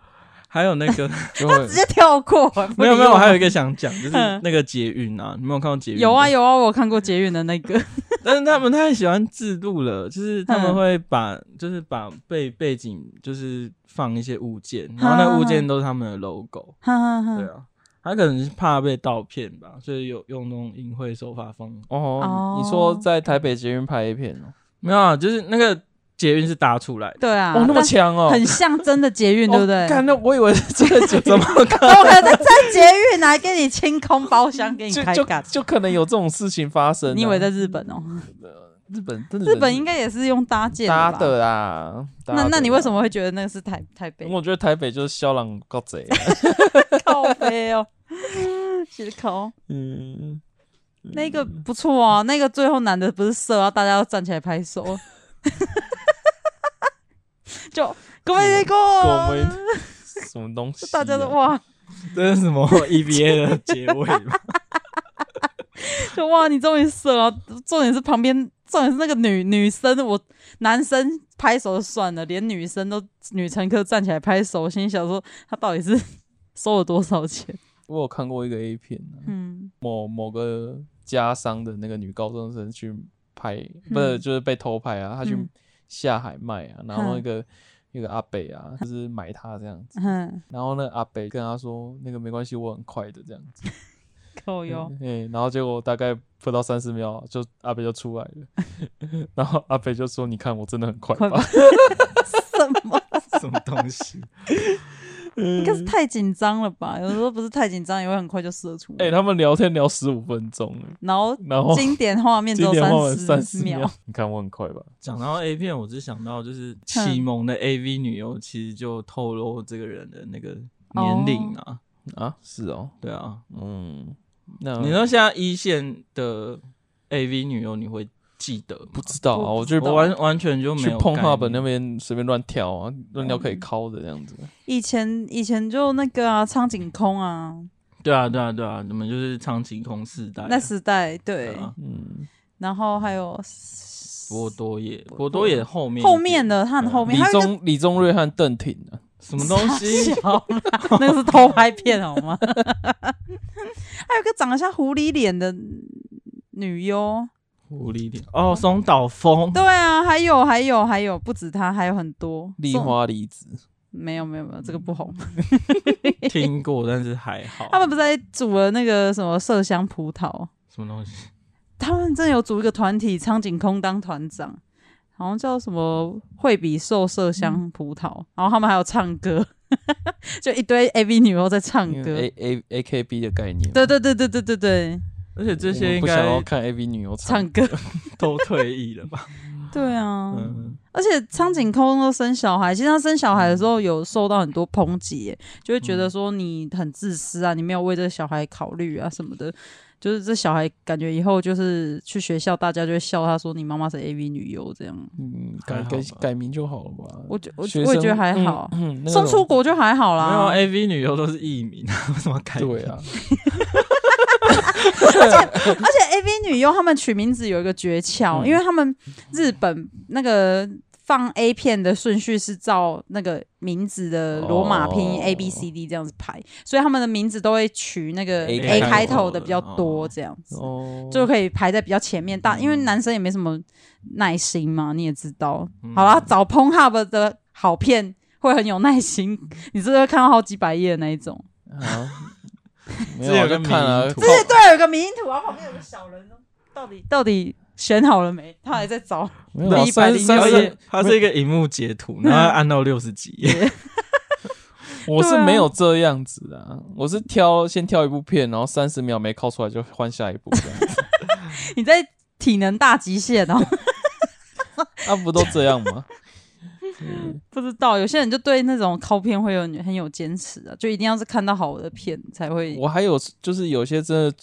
[SPEAKER 4] 还有那
[SPEAKER 1] (laughs)
[SPEAKER 4] 个
[SPEAKER 3] 就会
[SPEAKER 1] 直接跳过，不
[SPEAKER 4] 没有
[SPEAKER 1] 理
[SPEAKER 4] 没有，
[SPEAKER 1] 我
[SPEAKER 4] 我还有一个想讲，就是
[SPEAKER 1] (laughs) 嗯
[SPEAKER 4] 那个捷运啊，你没有看到捷运？
[SPEAKER 1] 有啊，有啊，我有看过捷运的那个， (laughs)
[SPEAKER 4] 但是他们太喜欢制度了，就是他
[SPEAKER 1] 嗯
[SPEAKER 4] 们会把就是把背背景就是放一些物件，然后那物件都是他们的 logo，
[SPEAKER 1] 哈哈
[SPEAKER 4] 对
[SPEAKER 1] 哈。
[SPEAKER 4] 啊，他可能是怕被盗骗吧，所以有用那种隐晦手法放。
[SPEAKER 3] 哦
[SPEAKER 1] 哦，
[SPEAKER 3] 你说在台北捷运拍 A 片哦，
[SPEAKER 4] 没有啊，就是那个捷运是搭出来的，
[SPEAKER 1] 对啊，
[SPEAKER 3] 哦那么
[SPEAKER 1] 但
[SPEAKER 3] 强哦，
[SPEAKER 1] 很像真的捷运，对不对 (laughs)
[SPEAKER 3] 哦？看那我以为是真的捷
[SPEAKER 4] 怎么可
[SPEAKER 1] 都可能在捷运来给你清空包厢，给你开
[SPEAKER 3] 就就
[SPEAKER 1] 干。
[SPEAKER 3] 就可能有这种事情发生啊。
[SPEAKER 1] 你以为在日本哦？
[SPEAKER 3] 日本真的
[SPEAKER 1] 日本应该也是用搭建
[SPEAKER 3] 搭
[SPEAKER 1] 吧
[SPEAKER 3] 的啦？搭
[SPEAKER 1] 那
[SPEAKER 3] 的
[SPEAKER 1] 那你为什
[SPEAKER 3] 啦
[SPEAKER 1] 么会觉得那个是台台北
[SPEAKER 3] 因为我觉得台北就是肖朗告贼啊。
[SPEAKER 1] (laughs) 靠背
[SPEAKER 3] (laughs)
[SPEAKER 1] 哦？是口
[SPEAKER 3] 嗯，
[SPEAKER 1] 那个不错啊，那个最后男的不是射啊，大家都站起来拍手，哦
[SPEAKER 3] (laughs)
[SPEAKER 1] 就各位各
[SPEAKER 3] 跟
[SPEAKER 1] 位
[SPEAKER 3] 我们什么东西啊？
[SPEAKER 1] 啊大家都哇，
[SPEAKER 4] 这是什 (laughs) 么 EBA 的结尾吧？
[SPEAKER 1] 就 (laughs) 哇，你终于射了。重点是旁边，重点是那个女女生，我男生拍手就算了，连女生都女乘客站起来拍手，我心里想说他到底是 (laughs) 收了多少钱？
[SPEAKER 3] 我有看过一个 A 片啊、
[SPEAKER 1] 嗯，
[SPEAKER 3] 某某个家商的那个女高中生去拍，不是就是被偷拍啊，她去
[SPEAKER 1] 嗯
[SPEAKER 3] 下海卖啊，然
[SPEAKER 1] 嗯
[SPEAKER 3] 后那个。那个阿北啊，就是买她这样子，
[SPEAKER 1] 嗯，
[SPEAKER 3] 然后那个阿北跟她说，那个没关系，我很快的这样子，
[SPEAKER 1] 够哟。
[SPEAKER 3] 嗯、欸然后结果大概不到三十秒，就阿北就出来了， (laughs) 然后阿北就说，你看我真的很快
[SPEAKER 1] 快
[SPEAKER 3] 吧，
[SPEAKER 1] 什么？
[SPEAKER 4] (laughs) 什么东西？
[SPEAKER 1] 应该是太紧张了吧？有时候不是太紧张，也会很快就射出来。
[SPEAKER 3] (laughs) (laughs) 哎、他哦们聊天聊十五分钟，
[SPEAKER 1] 然后
[SPEAKER 3] 然后
[SPEAKER 1] 经典画面只
[SPEAKER 3] 今
[SPEAKER 1] 有
[SPEAKER 3] 天花了
[SPEAKER 1] 三
[SPEAKER 3] 三十
[SPEAKER 1] 秒
[SPEAKER 3] 秒，，你看我很快吧？
[SPEAKER 4] 讲到 A 片，我只想到就是启蒙的 AV 女优，其实就透露这个人的那个年龄啊，
[SPEAKER 3] 啊，是哦，
[SPEAKER 4] 对啊。
[SPEAKER 3] 嗯，那
[SPEAKER 4] 你说现在一线的 AV 女优，你会记得吗？
[SPEAKER 3] 不知道啊？
[SPEAKER 1] 我
[SPEAKER 3] 我
[SPEAKER 1] 不
[SPEAKER 3] 就
[SPEAKER 4] 我完完全就没
[SPEAKER 3] 去
[SPEAKER 4] 有
[SPEAKER 3] 碰
[SPEAKER 4] 概
[SPEAKER 3] 哈本那
[SPEAKER 4] 念嗯
[SPEAKER 3] 边随便乱跳啊，乱跳可以敲的这样子。
[SPEAKER 1] 以前以前就那个啊，苍井空啊，
[SPEAKER 4] 对啊对啊对啊，你们就是长期空世
[SPEAKER 3] 哎
[SPEAKER 4] 代啊，
[SPEAKER 1] 那时代
[SPEAKER 4] 对
[SPEAKER 1] 对，
[SPEAKER 4] 啊，
[SPEAKER 3] 嗯，
[SPEAKER 1] 然后还有
[SPEAKER 4] 博多野，博多野后面一
[SPEAKER 1] 后
[SPEAKER 4] 点
[SPEAKER 1] 面的他很后面，
[SPEAKER 3] 李
[SPEAKER 1] 还有一个
[SPEAKER 3] 宗李宗瑞和邓挺啊，
[SPEAKER 4] 什么东西？
[SPEAKER 1] 小啦， (laughs) 那个是偷拍片好吗？还有个长得像狐狸脸的女优，
[SPEAKER 4] (laughs) 狐狸脸哦，松岛枫
[SPEAKER 1] 对啊，还有还有还有，不止她，还有很多
[SPEAKER 3] 丽
[SPEAKER 1] 宋
[SPEAKER 3] 花梨子，
[SPEAKER 1] 没有没有没有，这个不红。
[SPEAKER 4] 听过，但是还好。
[SPEAKER 1] 他们不是还煮了那个什么麝香葡萄？
[SPEAKER 4] 什么东西？
[SPEAKER 1] 他们真的有组一个团体，苍井空当团长，好像叫什么惠比寿麝香葡萄，然后他们还有唱歌， (laughs) 就一堆 AV 女优在唱
[SPEAKER 3] 因
[SPEAKER 1] 歌。
[SPEAKER 3] 为 A A A K B 的概念嘛，
[SPEAKER 1] 对对对对对对对，
[SPEAKER 4] 而且这
[SPEAKER 3] 我
[SPEAKER 4] 些
[SPEAKER 3] 们
[SPEAKER 4] 应
[SPEAKER 3] 不想要
[SPEAKER 4] 该
[SPEAKER 3] 看 A V 女优唱
[SPEAKER 1] 唱歌。
[SPEAKER 4] 都退役了
[SPEAKER 3] (laughs)
[SPEAKER 4] 吧？
[SPEAKER 1] 对啊，
[SPEAKER 4] 嗯，
[SPEAKER 1] 而且苍井空都生小孩，其实他生小孩的时候有受到很多抨击耶，
[SPEAKER 3] 嗯
[SPEAKER 1] 就会觉得说你很自私啊，你没有为这个小孩考虑啊什么的。就是这小孩感觉以后就是去学校，大家就会笑他说你妈妈是 AV 女优这样。
[SPEAKER 3] 嗯，
[SPEAKER 4] 还
[SPEAKER 3] 改
[SPEAKER 4] 好
[SPEAKER 3] 改
[SPEAKER 4] 吧
[SPEAKER 3] 改名就好了吧？
[SPEAKER 1] 我觉我
[SPEAKER 3] 学
[SPEAKER 1] 我也
[SPEAKER 3] 生
[SPEAKER 1] 觉得还好，
[SPEAKER 3] 嗯那
[SPEAKER 1] 送
[SPEAKER 3] 种
[SPEAKER 1] 出国就还好
[SPEAKER 4] 没有
[SPEAKER 1] 啦。
[SPEAKER 4] AV 女优都是艺名， (laughs) 为什么改？
[SPEAKER 3] 啊对啊，
[SPEAKER 1] 而且 AV 女优她们取名字有一个诀窍，
[SPEAKER 3] 嗯
[SPEAKER 1] 因为他们日本那个放 A 片的顺序是照那个名字的罗马拼音
[SPEAKER 3] 哦
[SPEAKER 1] A B C D 这样子排，所以他们的名字都会取那个
[SPEAKER 3] A
[SPEAKER 1] A 开
[SPEAKER 4] 开
[SPEAKER 1] 头
[SPEAKER 4] 头
[SPEAKER 1] 的
[SPEAKER 4] 的
[SPEAKER 1] 比较多，
[SPEAKER 4] 哦
[SPEAKER 1] 这样子。
[SPEAKER 3] 哦，
[SPEAKER 1] (laughs) 就可以排在比较前面，大因为男生也没什么耐心嘛，你也知道。
[SPEAKER 4] 嗯
[SPEAKER 1] 好啦，找 p o n h u b 的好片会很有耐心，你是不是会看到好几百页的那一种？
[SPEAKER 3] 啊，没
[SPEAKER 4] 这有
[SPEAKER 3] 有我啊
[SPEAKER 4] 个
[SPEAKER 3] 就看
[SPEAKER 4] 迷
[SPEAKER 3] 了
[SPEAKER 4] 因，图
[SPEAKER 1] 这对，有个迷因图，然后旁边有个小人，到底哦 (laughs) 到底选好了没？他还在找，
[SPEAKER 3] 没有啊
[SPEAKER 1] 这
[SPEAKER 3] 三
[SPEAKER 1] 101
[SPEAKER 3] 三
[SPEAKER 4] 它
[SPEAKER 1] 而
[SPEAKER 3] 十
[SPEAKER 1] 且
[SPEAKER 4] 是，它是一个荧幕截图，然后要按到六十几页，
[SPEAKER 3] 我是
[SPEAKER 1] 对啊
[SPEAKER 3] 没有这样子的啊，我是挑先挑一部片，然后三十秒没靠出来就换下一部这
[SPEAKER 1] (laughs)
[SPEAKER 3] 样子，
[SPEAKER 1] (laughs) 你在体能大极限哦。
[SPEAKER 3] 啊不都这样吗？
[SPEAKER 1] (laughs) 不知道，有些人就对那种靠片会有很有坚持啊，就一定要是看到好的片才会。
[SPEAKER 3] 我还有就是有些真的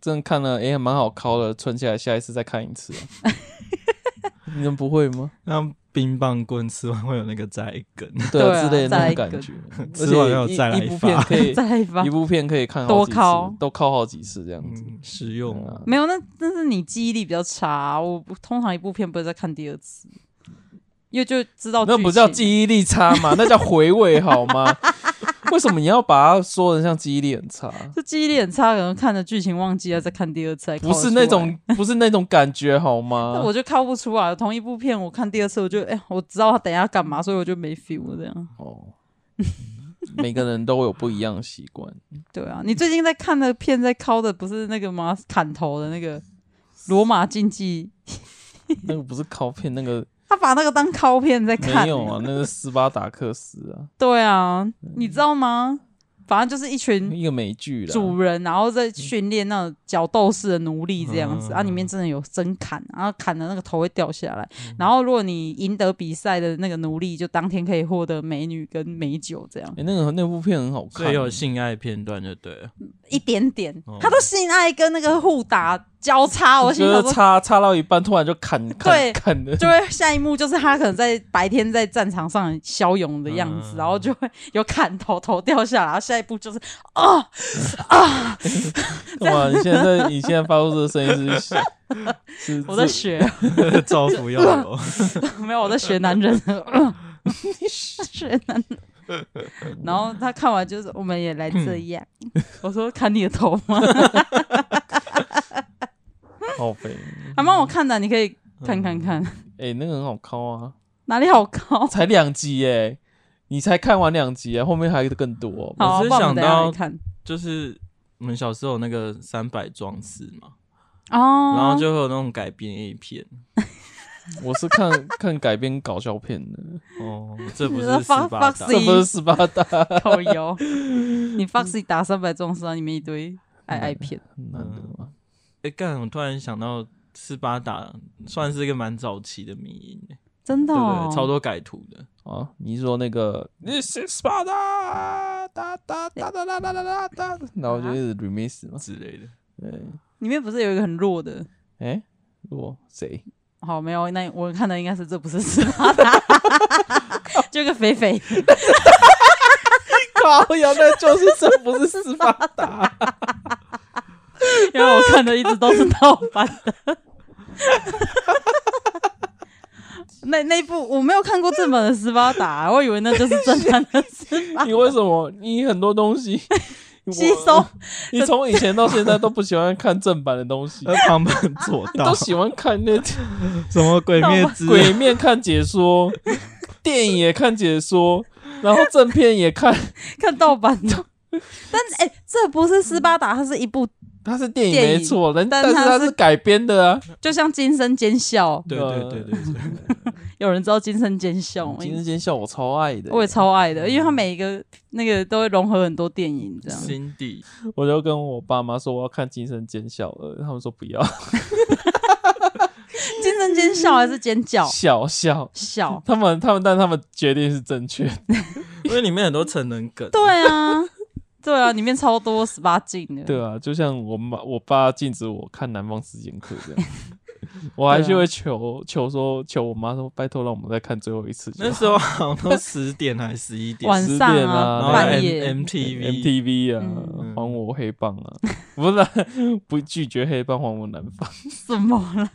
[SPEAKER 3] 真的看了，哎、蛮好靠的，存起来下一次再看一次、啊。
[SPEAKER 1] (laughs)
[SPEAKER 3] 你们不会吗？
[SPEAKER 4] 让冰棒棍吃完会有那个栽根，
[SPEAKER 3] 对
[SPEAKER 1] 对啊
[SPEAKER 3] 之类的
[SPEAKER 1] 再来
[SPEAKER 3] 那
[SPEAKER 1] 一
[SPEAKER 3] 种
[SPEAKER 1] 个
[SPEAKER 3] 感觉，
[SPEAKER 4] (laughs)
[SPEAKER 3] 而
[SPEAKER 4] 吃完要
[SPEAKER 3] 且
[SPEAKER 4] 再来
[SPEAKER 3] 一
[SPEAKER 4] 一
[SPEAKER 3] 一部
[SPEAKER 4] 发
[SPEAKER 3] 片可
[SPEAKER 1] (laughs)
[SPEAKER 3] 以
[SPEAKER 1] 再发
[SPEAKER 3] 一部片可以看好
[SPEAKER 1] 多
[SPEAKER 3] 几
[SPEAKER 1] 靠
[SPEAKER 3] 次，都靠好几次这样子。
[SPEAKER 4] 嗯，实用啊。
[SPEAKER 1] 没有，那那是你记忆力比较差啊、我不通常一部片不会再看第二次，因为就知道
[SPEAKER 3] 那
[SPEAKER 1] 剧
[SPEAKER 3] 不叫
[SPEAKER 1] 情
[SPEAKER 3] 记忆力差
[SPEAKER 1] (laughs)
[SPEAKER 3] 嘛，那叫回味好吗？为什么你要把它说的像记忆力很
[SPEAKER 1] (laughs)
[SPEAKER 3] 差？
[SPEAKER 1] 就记忆力很差，可能看的剧情忘记了，再看第二次才
[SPEAKER 3] 不
[SPEAKER 1] 靠得
[SPEAKER 3] 是
[SPEAKER 1] 出
[SPEAKER 3] 那
[SPEAKER 1] 来
[SPEAKER 3] 种，不是那种感觉好
[SPEAKER 1] 那
[SPEAKER 3] 吗？
[SPEAKER 1] 我就靠不出来。同一部片，我看第二次，我就哎、我知道他等一下干
[SPEAKER 3] 嗯
[SPEAKER 1] 嘛，所以我就没 feel 这样。
[SPEAKER 3] 哦，每个人都有不一样的习惯。
[SPEAKER 1] 对啊，你最近在看的片，在靠的不是那个吗？砍头的那个罗马竞技，
[SPEAKER 3] 那个不是靠片，那个
[SPEAKER 1] 他把那个当靠片在看、
[SPEAKER 3] 没有啊，那是斯巴达克斯啊，
[SPEAKER 1] 对啊，你知道吗？反正就是一群
[SPEAKER 3] 一个美剧啦。
[SPEAKER 1] 嗯主人，然后在训练那种角斗士的奴隶这样子、
[SPEAKER 4] 嗯
[SPEAKER 1] 啊，里面真的有真砍，然后砍的那个头会掉下来，
[SPEAKER 3] 嗯
[SPEAKER 1] 然后如果你赢得比赛的那个奴隶，就当天可以获得美女跟美酒这样
[SPEAKER 3] 哎、，那个那部片很好
[SPEAKER 4] 所以
[SPEAKER 3] 看，
[SPEAKER 4] 有性爱片段就对了，
[SPEAKER 1] 一点点
[SPEAKER 4] 哦，
[SPEAKER 1] 他的性爱跟那个互打交
[SPEAKER 4] 嗯
[SPEAKER 1] 叉，我心
[SPEAKER 3] 就
[SPEAKER 1] 想
[SPEAKER 3] 是
[SPEAKER 1] 说。
[SPEAKER 3] 插插到一半，突然就砍
[SPEAKER 1] 对
[SPEAKER 3] 砍砍的，
[SPEAKER 1] 就会下一幕就是他可能在白天在战场上骁勇的样子，
[SPEAKER 4] 嗯
[SPEAKER 1] 然后就会有砍头头掉下来，然后下一步就是啊
[SPEAKER 4] (laughs)
[SPEAKER 1] 啊！
[SPEAKER 3] 哇！你现在你现在发出这个声音
[SPEAKER 1] (laughs)
[SPEAKER 3] 是是，是
[SPEAKER 1] 我在学， (laughs)
[SPEAKER 4] 造福要有。
[SPEAKER 1] 没有，我在学男人， (laughs) 学男人。然后他看完就是，我们也来这
[SPEAKER 4] (laughs)
[SPEAKER 1] 样。我说砍你的头吗？
[SPEAKER 3] 好肥。
[SPEAKER 1] 还蛮好看的，你可以看看看，
[SPEAKER 4] 嗯
[SPEAKER 3] 哎、那个很好看啊，
[SPEAKER 1] 哪里好高？
[SPEAKER 3] 才两集耶、你才看完两集啊，后面还有更多。
[SPEAKER 1] 好，
[SPEAKER 4] 我只是
[SPEAKER 1] 不然我
[SPEAKER 4] 想
[SPEAKER 1] 们等一下
[SPEAKER 4] 到
[SPEAKER 1] 来看
[SPEAKER 4] 就是我们小时候有那个三百壮士嘛，
[SPEAKER 1] 哦。
[SPEAKER 4] 然后就会有那种改编 A 片。
[SPEAKER 3] 我是看 (laughs) 看改编搞笑片的，
[SPEAKER 4] 哦，这不
[SPEAKER 1] 你
[SPEAKER 4] 是
[SPEAKER 1] 说
[SPEAKER 4] 十
[SPEAKER 1] fuck-
[SPEAKER 4] 八
[SPEAKER 1] fuck
[SPEAKER 4] 大
[SPEAKER 1] 自
[SPEAKER 3] 这
[SPEAKER 1] 己
[SPEAKER 3] 不是十八大
[SPEAKER 1] (laughs) 口油，
[SPEAKER 4] (laughs) 嗯
[SPEAKER 1] 你 Foxy 打三百壮士啊，里面一堆爱爱片，
[SPEAKER 3] 很难的吗？
[SPEAKER 4] 哎，干、我突然想到斯巴达算是一个蛮早期的迷因、欸，
[SPEAKER 1] 真的
[SPEAKER 4] 对不
[SPEAKER 1] 哦
[SPEAKER 4] 对？超多改图的，
[SPEAKER 3] 啊，你是说那个 This is Sparta，哒哒哒哒哒哒哒哒哒，然
[SPEAKER 1] 啊
[SPEAKER 3] 后就一直 remix 嘛。
[SPEAKER 4] 之类的。
[SPEAKER 3] 对，
[SPEAKER 1] 里面不是有一个很弱的？
[SPEAKER 3] 哎、我
[SPEAKER 1] (laughs)
[SPEAKER 3] 谁？
[SPEAKER 1] 好，没有，那我看的应该是这不是
[SPEAKER 4] (laughs)
[SPEAKER 1] 斯巴达，就个肥肥，
[SPEAKER 3] 靠呀，那就是这不是斯巴达，
[SPEAKER 1] 因为我看的一直都是盗版的。那那一部我没有看过正版的斯巴达，我以为那就是正版的斯巴达
[SPEAKER 3] 你为什么？你很多东西我
[SPEAKER 1] 吸收，
[SPEAKER 3] 你从以前到现在都不喜欢看正版的东
[SPEAKER 1] (laughs)
[SPEAKER 3] 西
[SPEAKER 4] 那，旁边左
[SPEAKER 3] 你
[SPEAKER 4] 道
[SPEAKER 3] 都喜欢看那
[SPEAKER 4] 什么鬼灭之刃
[SPEAKER 3] 鬼面看解说，电影也看解说，然后正片也看，
[SPEAKER 1] 看盗版的。但哎、欸这不是斯巴达，它是一部
[SPEAKER 3] 它是电影
[SPEAKER 1] 电
[SPEAKER 3] 没
[SPEAKER 1] 影
[SPEAKER 3] 错，人
[SPEAKER 1] 但
[SPEAKER 3] 但是
[SPEAKER 1] 它
[SPEAKER 3] 它
[SPEAKER 1] 是
[SPEAKER 3] 是改编的啊。
[SPEAKER 1] 就像《惊声尖笑》，
[SPEAKER 4] 对对对对对对，
[SPEAKER 1] 有人知道《惊声尖笑》吗？
[SPEAKER 3] 今日间笑我超爱的，欸
[SPEAKER 1] 我也超爱的，因为它每一个那个都会融合很多电影这样。
[SPEAKER 4] Cindy，
[SPEAKER 3] 我就跟我爸妈说我要看《惊声尖笑》了，他们说不要，
[SPEAKER 1] 惊声尖笑还是尖叫
[SPEAKER 3] (laughs) 笑笑。
[SPEAKER 1] 笑？
[SPEAKER 3] 他们他们，但他们决定是正确的。
[SPEAKER 1] 嗯
[SPEAKER 4] 因为里面很多成人梗，
[SPEAKER 1] 对啊，对啊，里面超多十八禁的。
[SPEAKER 3] 对啊，就像我妈我爸禁止我看《南方四剑客》这
[SPEAKER 1] (laughs)
[SPEAKER 3] 样，我
[SPEAKER 1] 啊
[SPEAKER 3] 还是会求求说求我妈说，拜托让我们再看最后一次就好。
[SPEAKER 4] (laughs) 那时候好像都十点还十一点，
[SPEAKER 1] 晚上
[SPEAKER 3] 10点啊
[SPEAKER 4] 然后 M-M
[SPEAKER 3] 半
[SPEAKER 4] M
[SPEAKER 1] 夜
[SPEAKER 3] (laughs)
[SPEAKER 4] MTV
[SPEAKER 3] MTV 啊，
[SPEAKER 1] 嗯
[SPEAKER 3] 还我黑棒啊， (laughs) 不是啊不拒绝黑帮，还我南方。
[SPEAKER 1] 什么啦？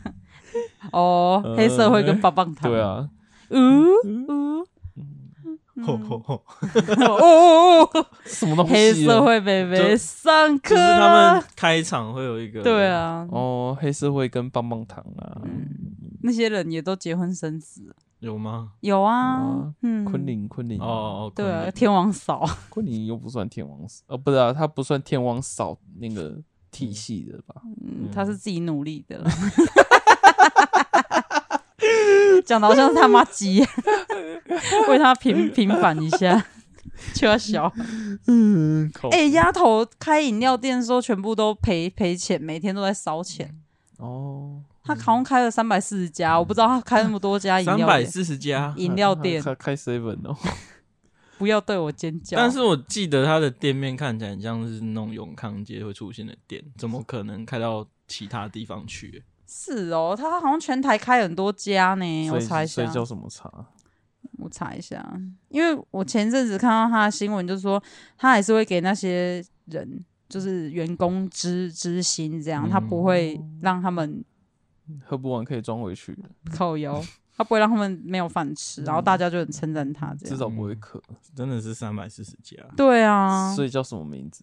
[SPEAKER 1] (laughs) 哦，
[SPEAKER 3] 呃
[SPEAKER 1] 黑社会跟棒棒糖。
[SPEAKER 3] 对，啊，
[SPEAKER 1] 呜呜，嗯
[SPEAKER 4] 吼吼吼，
[SPEAKER 1] 哦哦哦，
[SPEAKER 3] 什么东西啊？
[SPEAKER 1] 黑社会妹妹
[SPEAKER 4] 就
[SPEAKER 1] 上课
[SPEAKER 4] 就是他们
[SPEAKER 1] 了。
[SPEAKER 4] 开场会有一个
[SPEAKER 1] 啊对，啊，
[SPEAKER 3] 哦，黑社会跟棒棒糖啊，
[SPEAKER 1] 嗯那些人也都结婚生子。
[SPEAKER 4] 有吗？
[SPEAKER 1] 有啊
[SPEAKER 3] 啊，
[SPEAKER 1] 嗯，
[SPEAKER 3] 昆凌昆凌
[SPEAKER 4] 哦，哦，
[SPEAKER 1] 对啊，
[SPEAKER 4] 昆凌
[SPEAKER 1] 天王嫂，
[SPEAKER 3] 昆凌又不算天王嫂，呃，不是啊，他不算天王嫂那个体系的吧？
[SPEAKER 1] 嗯，她是自己努力的啦。 (laughs) 讲的好像是他妈急， (laughs) 为他平平反一下，就要小。
[SPEAKER 3] 嗯，
[SPEAKER 4] 哦
[SPEAKER 1] 哎、丫头开饮料店的时候，全部都赔赔钱，每天都在烧
[SPEAKER 4] 嗯
[SPEAKER 1] 钱。
[SPEAKER 3] 哦，
[SPEAKER 1] 他好像开了三百四十家，我不知道他开那么多家饮
[SPEAKER 4] 三
[SPEAKER 1] 料
[SPEAKER 4] 百
[SPEAKER 1] 店。
[SPEAKER 4] 四十家，
[SPEAKER 1] 饮料店
[SPEAKER 3] 开开 seven 哦，
[SPEAKER 1] 不要对我尖叫。
[SPEAKER 4] 但是我记得它的店面看起来很像是那种永康街会出现的店，怎么可能开到其他地方去？
[SPEAKER 1] 是哦，他好像全台开很多家呢。哎
[SPEAKER 3] 所
[SPEAKER 1] 我
[SPEAKER 3] 以
[SPEAKER 1] 查一
[SPEAKER 3] 所
[SPEAKER 1] 下
[SPEAKER 3] 以，叫什么茶？
[SPEAKER 1] 我查一下，因为我前阵子看到他的新闻，就说他还是会给那些人，就是员工知知心这样，他不会
[SPEAKER 3] 嗯
[SPEAKER 1] 让他们
[SPEAKER 3] 喝不完可以装回去，
[SPEAKER 1] 扣腰，他不会让他们没有饭吃，然后
[SPEAKER 3] 嗯
[SPEAKER 1] 大家就很称赞他这
[SPEAKER 3] 至
[SPEAKER 1] 样。
[SPEAKER 3] 少不会渴。
[SPEAKER 4] 真的是三百四十家，
[SPEAKER 1] 对嗯啊，
[SPEAKER 3] 所以叫什么名字？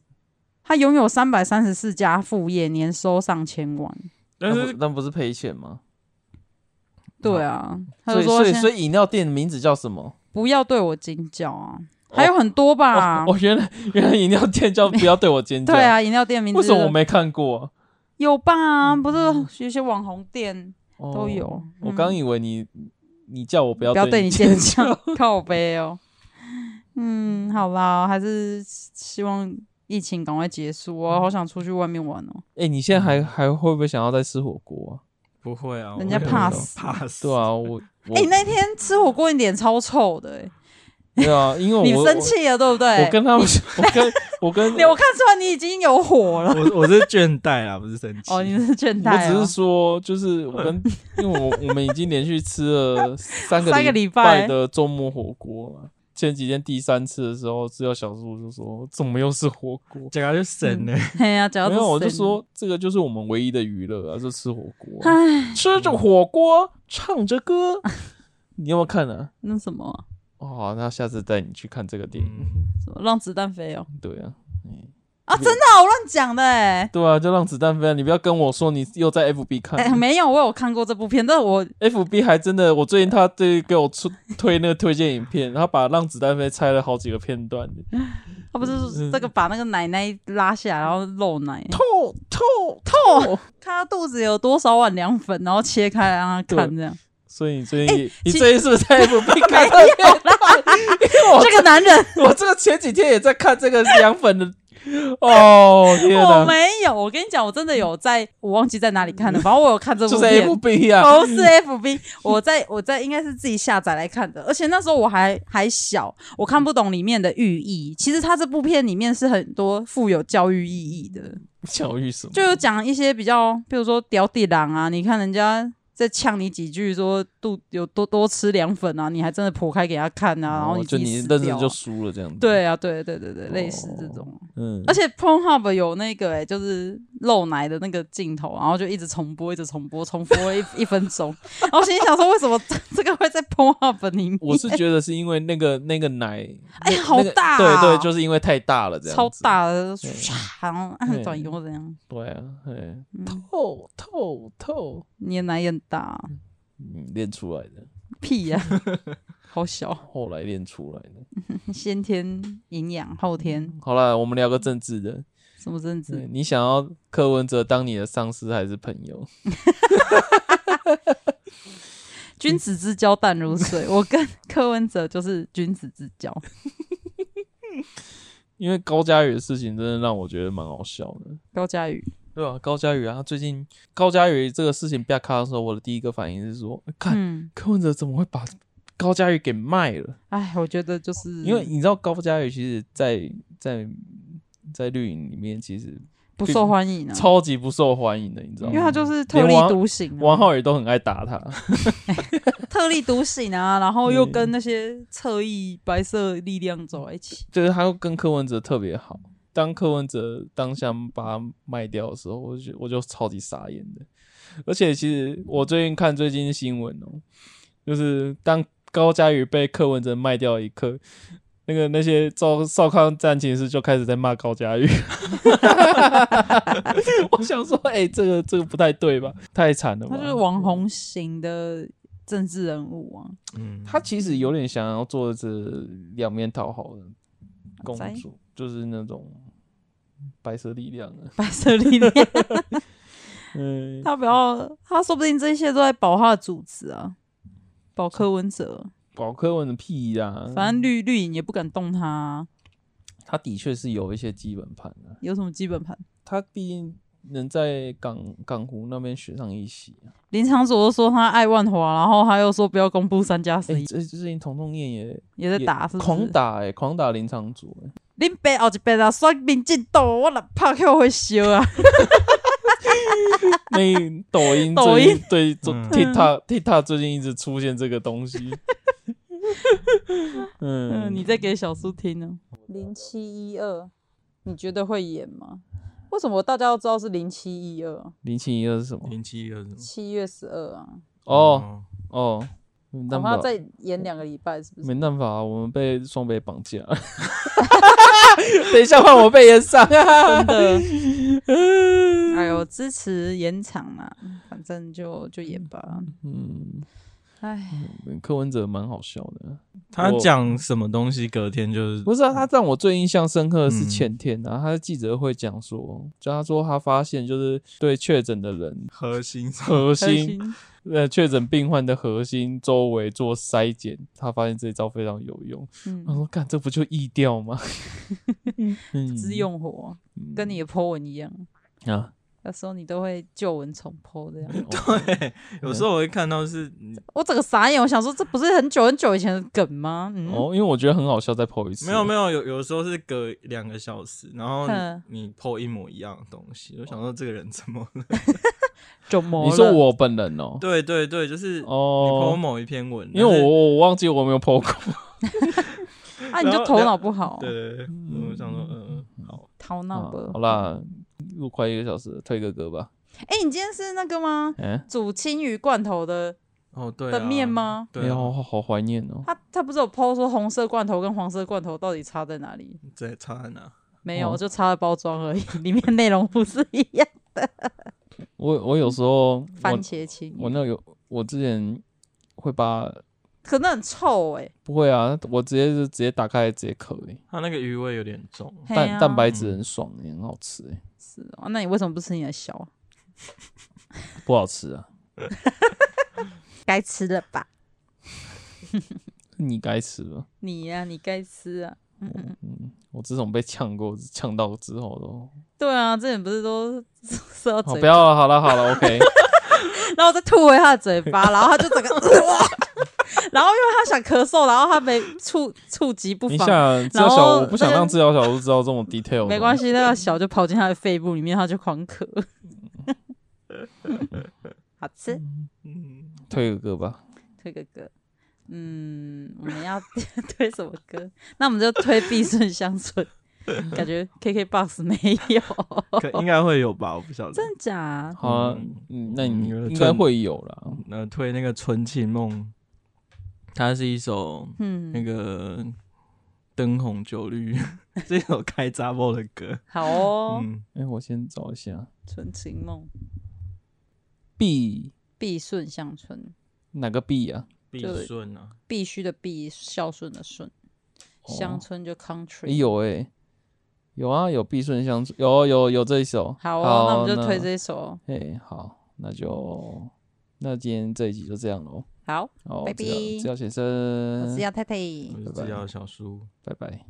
[SPEAKER 1] 他拥有三百三十四家副业，年收上千万。
[SPEAKER 4] 但
[SPEAKER 3] 那
[SPEAKER 4] 是
[SPEAKER 3] 不那不是赔钱吗？
[SPEAKER 1] 对啊，他
[SPEAKER 3] 所
[SPEAKER 1] 就
[SPEAKER 3] 以
[SPEAKER 1] 说
[SPEAKER 3] 所以
[SPEAKER 1] 先
[SPEAKER 3] 所以饮料店的名字叫什么？
[SPEAKER 1] 不要对我尖叫啊，还有很多吧。
[SPEAKER 3] 哦，原来原来饮料店叫不要对我尖叫。
[SPEAKER 1] 啊对，啊，饮料店名字
[SPEAKER 3] 为什么我没看过啊
[SPEAKER 1] 有吧？不是有些网红店
[SPEAKER 3] 啊？
[SPEAKER 1] 都有。
[SPEAKER 3] 哦。
[SPEAKER 1] 嗯
[SPEAKER 3] 我刚以为你你叫我不要
[SPEAKER 1] 不要对你尖
[SPEAKER 3] 尖
[SPEAKER 1] 叫， (laughs) 靠背哦。嗯，好啦，还是希望疫情赶快结束
[SPEAKER 3] 嗯
[SPEAKER 1] 哦，好想出去外面玩哦。
[SPEAKER 3] (laughs) 哎、你现在还还会不会想要再吃火锅啊？
[SPEAKER 4] 不会啊，
[SPEAKER 1] 人家
[SPEAKER 4] 我也没有
[SPEAKER 1] 怕死
[SPEAKER 4] 怕死，
[SPEAKER 3] 对，啊，我我、
[SPEAKER 1] 哎、那天吃火锅，你脸超臭的、欸，
[SPEAKER 3] (laughs) 对啊，因为我
[SPEAKER 1] 你生气了对不
[SPEAKER 3] 我，
[SPEAKER 1] 对？
[SPEAKER 3] 我跟他们，我跟我跟
[SPEAKER 1] (laughs) 你我看出来你已经有火了。
[SPEAKER 4] 我我是倦怠啦，不是生气。
[SPEAKER 1] 哦，你是倦
[SPEAKER 3] 我
[SPEAKER 1] 怠、
[SPEAKER 3] 只
[SPEAKER 1] 哦
[SPEAKER 3] 是。说，就是我
[SPEAKER 1] (laughs)
[SPEAKER 3] 跟，因为我我们已经连续吃了三个
[SPEAKER 1] 三个礼
[SPEAKER 3] 礼
[SPEAKER 1] 拜
[SPEAKER 3] 的周末火锅了。前几天第三次的时候，只有小叔就说：“怎么又是火锅
[SPEAKER 4] 这个就省了，
[SPEAKER 1] 嘿呀、啊，讲？”
[SPEAKER 3] 没
[SPEAKER 1] 到
[SPEAKER 3] 有，我
[SPEAKER 1] 这
[SPEAKER 3] 就
[SPEAKER 1] 谁，
[SPEAKER 3] 说这个就是我们唯一的娱乐啊，就吃火锅，
[SPEAKER 1] 哎，
[SPEAKER 3] 吃着火锅，唱着
[SPEAKER 1] (laughs)
[SPEAKER 3] 歌。你有没有看啊？
[SPEAKER 1] 那什么啊
[SPEAKER 3] 哦，那下次带你去看这个电影。
[SPEAKER 1] 什么让子弹飞哦
[SPEAKER 3] 对啊，
[SPEAKER 1] 啊，真的、啊、我乱讲的
[SPEAKER 3] (laughs)
[SPEAKER 1] 哎、
[SPEAKER 3] 对啊，就让子弹飞啊！你不要跟我说你又在 FB 看
[SPEAKER 1] 哎、没有，我有看过这部片，但是我
[SPEAKER 3] F B 还真的，我最近他对给我出推那个推荐影片，然后把《让子弹飞》拆了好几个片段，
[SPEAKER 1] 嗯他不
[SPEAKER 3] 嗯
[SPEAKER 1] 是这个把那个奶奶拉下来，然后露奶，
[SPEAKER 3] 透透
[SPEAKER 1] (laughs)
[SPEAKER 3] 透。
[SPEAKER 1] 看哦他肚子有多少碗凉粉，然后切开来让他看这样。
[SPEAKER 3] 所以你最近也、你
[SPEAKER 1] 其
[SPEAKER 3] 最近是不是在 F B
[SPEAKER 1] 没
[SPEAKER 3] 看到？ (laughs)
[SPEAKER 1] 有啦，这个男人
[SPEAKER 3] 我这个前几天也在看这个凉
[SPEAKER 1] (laughs)
[SPEAKER 3] 粉的，哦 (laughs) 天
[SPEAKER 1] 我
[SPEAKER 3] 哪，
[SPEAKER 1] 没有，我跟你讲，我真的有在，我忘记在哪里看的，反正我有看这
[SPEAKER 3] 就
[SPEAKER 1] 部
[SPEAKER 3] (laughs) 是
[SPEAKER 1] 片。哦
[SPEAKER 3] F B 啊，
[SPEAKER 1] 不是 FB，我在我在应该是自己下载来看的，而且那时候我还还小，我看不懂里面的寓意。其实它这部片里面是很多富有教育意义的，
[SPEAKER 3] 教育什么？
[SPEAKER 1] 就有讲一些比较，比如说屌地郎啊，你看人家在呛你几句说肚有多多吃凉粉啊，你还真的剖开给他看啊，然后
[SPEAKER 3] 哦
[SPEAKER 1] 你
[SPEAKER 3] 就
[SPEAKER 1] 自
[SPEAKER 3] 你
[SPEAKER 1] 己死
[SPEAKER 3] 认
[SPEAKER 1] 掉
[SPEAKER 3] 真
[SPEAKER 1] 啊
[SPEAKER 3] 就输了这样子。，
[SPEAKER 1] 对啊，对对对对，类似这种。
[SPEAKER 3] 嗯
[SPEAKER 1] 而，且 Pornhub 有那个哎、就是露奶的那个镜头，然后就一直重播，一直重播，重播了一 (laughs) 一分钟。然后我心里想说，为什么这这个会在 Pornhub 里面？
[SPEAKER 3] 我是觉得是因为那个那个奶，
[SPEAKER 1] 哎呀哎 (laughs) 好
[SPEAKER 3] 那个
[SPEAKER 1] 大啊
[SPEAKER 3] 对对，就是因为太大了这样子。
[SPEAKER 1] 超大的，唰然后按转移或怎样，
[SPEAKER 3] 对啊，哎，
[SPEAKER 1] 嗯
[SPEAKER 3] 透透透，
[SPEAKER 1] 你的奶也很大啊、
[SPEAKER 3] (laughs) 嗯，练出来的。
[SPEAKER 1] 屁呀、好小，
[SPEAKER 3] 后来练出来的。
[SPEAKER 1] 先天营养，后天
[SPEAKER 3] 好了，我们聊个政治的。
[SPEAKER 1] 什么政
[SPEAKER 3] 对
[SPEAKER 1] 治？
[SPEAKER 3] 你想要柯文哲当你的上司还是朋友？ (laughs)
[SPEAKER 1] 君子之交淡如水，我跟柯文哲就是君子之交。
[SPEAKER 3] 因为高佳宇的事情真的让我觉得蛮好笑的。
[SPEAKER 1] 高佳
[SPEAKER 3] (laughs)
[SPEAKER 1] 宇，
[SPEAKER 3] 对啊，高佳宇啊，他最近高佳宇这个事情被卡的时候，我的第一个反应是说， (laughs) 看、
[SPEAKER 1] 嗯，
[SPEAKER 3] 柯文哲怎么会把高佳宇给卖了？
[SPEAKER 1] 哎，我觉得就是
[SPEAKER 3] 因为你知道高佳宇其实在在在绿营里面其实
[SPEAKER 1] 不受欢迎啊，
[SPEAKER 3] 超级不受欢迎的，你知道
[SPEAKER 1] 因为
[SPEAKER 3] 吗？
[SPEAKER 1] 他就是特立
[SPEAKER 3] 连王
[SPEAKER 1] 独行、啊，
[SPEAKER 3] 王浩宇都很爱打他，
[SPEAKER 1] 特立独行啊，然后又
[SPEAKER 3] 嗯
[SPEAKER 1] 跟那些侧翼白色力量走在一起。
[SPEAKER 3] 就是他跟柯文哲特别好。当柯文哲当下把他卖掉的时候，我就觉得我就超级傻眼的。而且其实我最近看最近的新闻哦、就是当高佳宇被柯文哲卖掉一刻，那个那些赵少康战情室就开始在骂高佳宇。 (laughs) 我想说，哎、这个这个不太对吧？太惨了吧
[SPEAKER 1] 他就是网红型的政治人物啊，
[SPEAKER 4] 嗯，
[SPEAKER 3] 他其实有点想要做这两面讨好的公
[SPEAKER 1] 在
[SPEAKER 3] 主，就是那种白色力量的。
[SPEAKER 1] 白色力
[SPEAKER 3] (laughs)
[SPEAKER 1] 量。 (laughs)
[SPEAKER 3] 嗯，
[SPEAKER 1] 他不要，他说不定这些都在保他的主子啊，保柯文哲。
[SPEAKER 3] 保科文的屁呀、
[SPEAKER 1] 反正绿绿营也不敢动他啊、
[SPEAKER 3] 他的确是有一些基本盘的、
[SPEAKER 1] 有什么基本盘？
[SPEAKER 3] 他毕竟能在港港湖那边选上一席、啊。
[SPEAKER 1] 林长佐都说他爱万华，然后他又说不要公布三加
[SPEAKER 3] 哎、
[SPEAKER 1] 十一，
[SPEAKER 3] 这最近童仲彦也
[SPEAKER 1] 也在打，是不是？
[SPEAKER 3] 狂！打哎、狂打林场主、欸。
[SPEAKER 1] 林北后一边啊，选民进斗，我若拍去会烧啊！ (laughs)
[SPEAKER 3] 那抖音
[SPEAKER 1] 抖
[SPEAKER 3] 最近
[SPEAKER 1] 音
[SPEAKER 3] 对做
[SPEAKER 4] 嗯
[SPEAKER 3] TikTok TikTok 最近一直出现这个东
[SPEAKER 1] (laughs)
[SPEAKER 3] 西。嗯，
[SPEAKER 1] (laughs) 嗯，你在给小苏听呢？零七一二，你觉得会演吗？为什么大家都知道是零七一二？
[SPEAKER 3] 零七一二是什么？
[SPEAKER 4] 零七二什么？
[SPEAKER 1] 七月十二啊，
[SPEAKER 3] 哦，哦，没
[SPEAKER 1] 恐
[SPEAKER 3] 办
[SPEAKER 1] 怕
[SPEAKER 3] 法，
[SPEAKER 1] 再演两个礼拜，是不 (laughs) 是？
[SPEAKER 3] 没办法啊，我们被双北绑架。 (laughs) 等一下换我被延上啊！
[SPEAKER 1] 的。 (laughs) 哎呦，支持延长嘛，反正就就演吧。
[SPEAKER 3] 嗯，
[SPEAKER 1] 哎，
[SPEAKER 3] 柯文哲蛮好笑的，
[SPEAKER 4] 他
[SPEAKER 3] 我
[SPEAKER 4] 讲什么东西，隔天就是
[SPEAKER 3] 不是啊？他让我最印象深刻的是
[SPEAKER 4] 嗯
[SPEAKER 3] 前天啊，他在记者会讲说，就他说他发现就是对确诊的人
[SPEAKER 4] 核 (laughs) 心
[SPEAKER 3] 核
[SPEAKER 1] 开
[SPEAKER 3] 心，呃，确诊病患的核心周围做筛检，他发现这一招非常有用。他
[SPEAKER 1] 嗯，
[SPEAKER 3] 说：“干，这不就疫调
[SPEAKER 1] (laughs)
[SPEAKER 3] 吗？”嗯
[SPEAKER 1] 之用火跟你的 po 文一样，
[SPEAKER 3] 啊，
[SPEAKER 1] 有时候你都会旧文重 po 这样。
[SPEAKER 4] 对，有时候我会看到是
[SPEAKER 1] 我整个傻眼，我想说这不是很久很久以前的梗吗？嗯，
[SPEAKER 3] 哦，因为我觉得很好笑，再 PO 一次。
[SPEAKER 4] 没有没有，有有时候是隔两个小时，然后
[SPEAKER 1] 嗯
[SPEAKER 4] 你你 PO 一模一样的东西，我想说这个人怎么 (laughs) 了？
[SPEAKER 1] 怎么了？
[SPEAKER 3] 你说我本人哦、
[SPEAKER 4] 对对对，就是你 PO
[SPEAKER 3] 哦，
[SPEAKER 4] 某一篇文，
[SPEAKER 3] 因为我我忘记我没有 PO 过。
[SPEAKER 1] 啊，你就头脑不好
[SPEAKER 4] 但是，对对对，我想说嗯嗯好，
[SPEAKER 1] 头脑不
[SPEAKER 3] 啊 (laughs) 好。啦，录快一个小时了，推个歌吧。
[SPEAKER 1] 哎，你今天是那个吗？
[SPEAKER 3] 嗯、
[SPEAKER 1] 煮青鱼罐头的
[SPEAKER 4] 哦对啊
[SPEAKER 1] 的面？吗？
[SPEAKER 3] 哎
[SPEAKER 4] 对
[SPEAKER 3] 呀，
[SPEAKER 4] 啊，
[SPEAKER 3] 好好怀念哦、
[SPEAKER 1] 他他不是有 PO 说红色罐头跟黄色罐头到底差在哪里？
[SPEAKER 4] 这差在哪？
[SPEAKER 1] 没有，
[SPEAKER 3] 哦
[SPEAKER 1] 就差了包装而已， (laughs) 里面内容不是一样。
[SPEAKER 3] 我我有时候
[SPEAKER 1] 番
[SPEAKER 3] 我
[SPEAKER 1] 茄青鱼，
[SPEAKER 3] 我那有我之前会把
[SPEAKER 1] 可能很臭哎、
[SPEAKER 3] 不会啊，我直接就直接打开直接啃、欸，
[SPEAKER 4] 它那个余味有点重，
[SPEAKER 1] 欸。
[SPEAKER 3] 蛋、蛋白
[SPEAKER 1] 质
[SPEAKER 3] 质很爽、欸，很好吃、欸，
[SPEAKER 1] 是哦，那你为什么不吃你的小？
[SPEAKER 3] 不好吃啊，
[SPEAKER 1] 该吃了吧？
[SPEAKER 3] 你该吃吧。
[SPEAKER 1] 你呀、你该吃啊。
[SPEAKER 3] 嗯，我自从被呛过呛到之后都，
[SPEAKER 1] 对啊，之前不是都 (laughs) 射到
[SPEAKER 3] 好
[SPEAKER 1] 嘴
[SPEAKER 3] 不要啊了，好了好了，OK。
[SPEAKER 1] (laughs) 然后再吐回他的嘴巴，然后他就整个哇，然后因为他想咳嗽，然后他没触触及不
[SPEAKER 3] 你
[SPEAKER 1] 防，
[SPEAKER 3] 想治疗
[SPEAKER 1] 然
[SPEAKER 3] 小
[SPEAKER 1] 后
[SPEAKER 3] 屋，我不想
[SPEAKER 1] 那个
[SPEAKER 3] 让治疗小屋知道这种 detail。
[SPEAKER 1] 没关，系，那个小就跑进他的肺部里面，他就狂咳。 (laughs) 好吃，
[SPEAKER 4] 嗯，
[SPEAKER 3] 推个歌吧。
[SPEAKER 1] 推个歌。嗯，我们要 (laughs) 推什么歌？那我们就推《必顺乡村》，感觉 KKBOX 没有，
[SPEAKER 4] 可应该会有吧，我不晓得。
[SPEAKER 1] 真假、
[SPEAKER 3] 好啊
[SPEAKER 4] 嗯，
[SPEAKER 3] 嗯，那你
[SPEAKER 4] 有了
[SPEAKER 3] 应该
[SPEAKER 4] 正
[SPEAKER 3] 会有啦。
[SPEAKER 4] 呃，推那个《纯情梦》，它是一首那
[SPEAKER 1] (laughs) 嗯，
[SPEAKER 4] 个灯红酒绿 (laughs) 这首开杂报的歌。
[SPEAKER 1] 好哦，
[SPEAKER 4] 嗯，
[SPEAKER 3] 哎，我先找一下
[SPEAKER 1] 纯情梦》
[SPEAKER 3] B
[SPEAKER 1] 必顺乡村
[SPEAKER 3] 哪个 B 啊？
[SPEAKER 4] 必
[SPEAKER 1] 就
[SPEAKER 4] 顺啊，
[SPEAKER 1] 必须的必，孝顺的顺，乡村就 country。
[SPEAKER 3] 诶哦有哎、有啊，有必顺相处，有有有这一首。
[SPEAKER 1] 好哦，那我们就
[SPEAKER 3] 那
[SPEAKER 1] 推这一首。
[SPEAKER 3] 哎、好，那就那今天这一集就这样喽。
[SPEAKER 1] 好，
[SPEAKER 3] 好，
[SPEAKER 1] 拜
[SPEAKER 3] 知道
[SPEAKER 1] 拜
[SPEAKER 3] 知道先
[SPEAKER 1] 我
[SPEAKER 3] 生
[SPEAKER 1] 是，姚太太，
[SPEAKER 4] 我是
[SPEAKER 3] 拜
[SPEAKER 4] 治
[SPEAKER 3] 拜
[SPEAKER 4] 疗小叔，
[SPEAKER 3] 拜拜。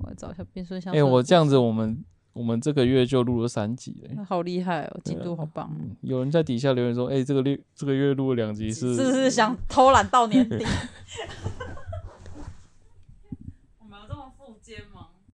[SPEAKER 1] 我要找一下变顺
[SPEAKER 3] 哎、
[SPEAKER 1] 乡村。
[SPEAKER 3] 我这样子，我们我们这个月就录了三集嘞、
[SPEAKER 1] 那好厉害哦，进度好棒。
[SPEAKER 3] 嗯有人在底下留言说，哎、这个月这个月录了两集是
[SPEAKER 1] 是不是想偷懒到年底？ (laughs)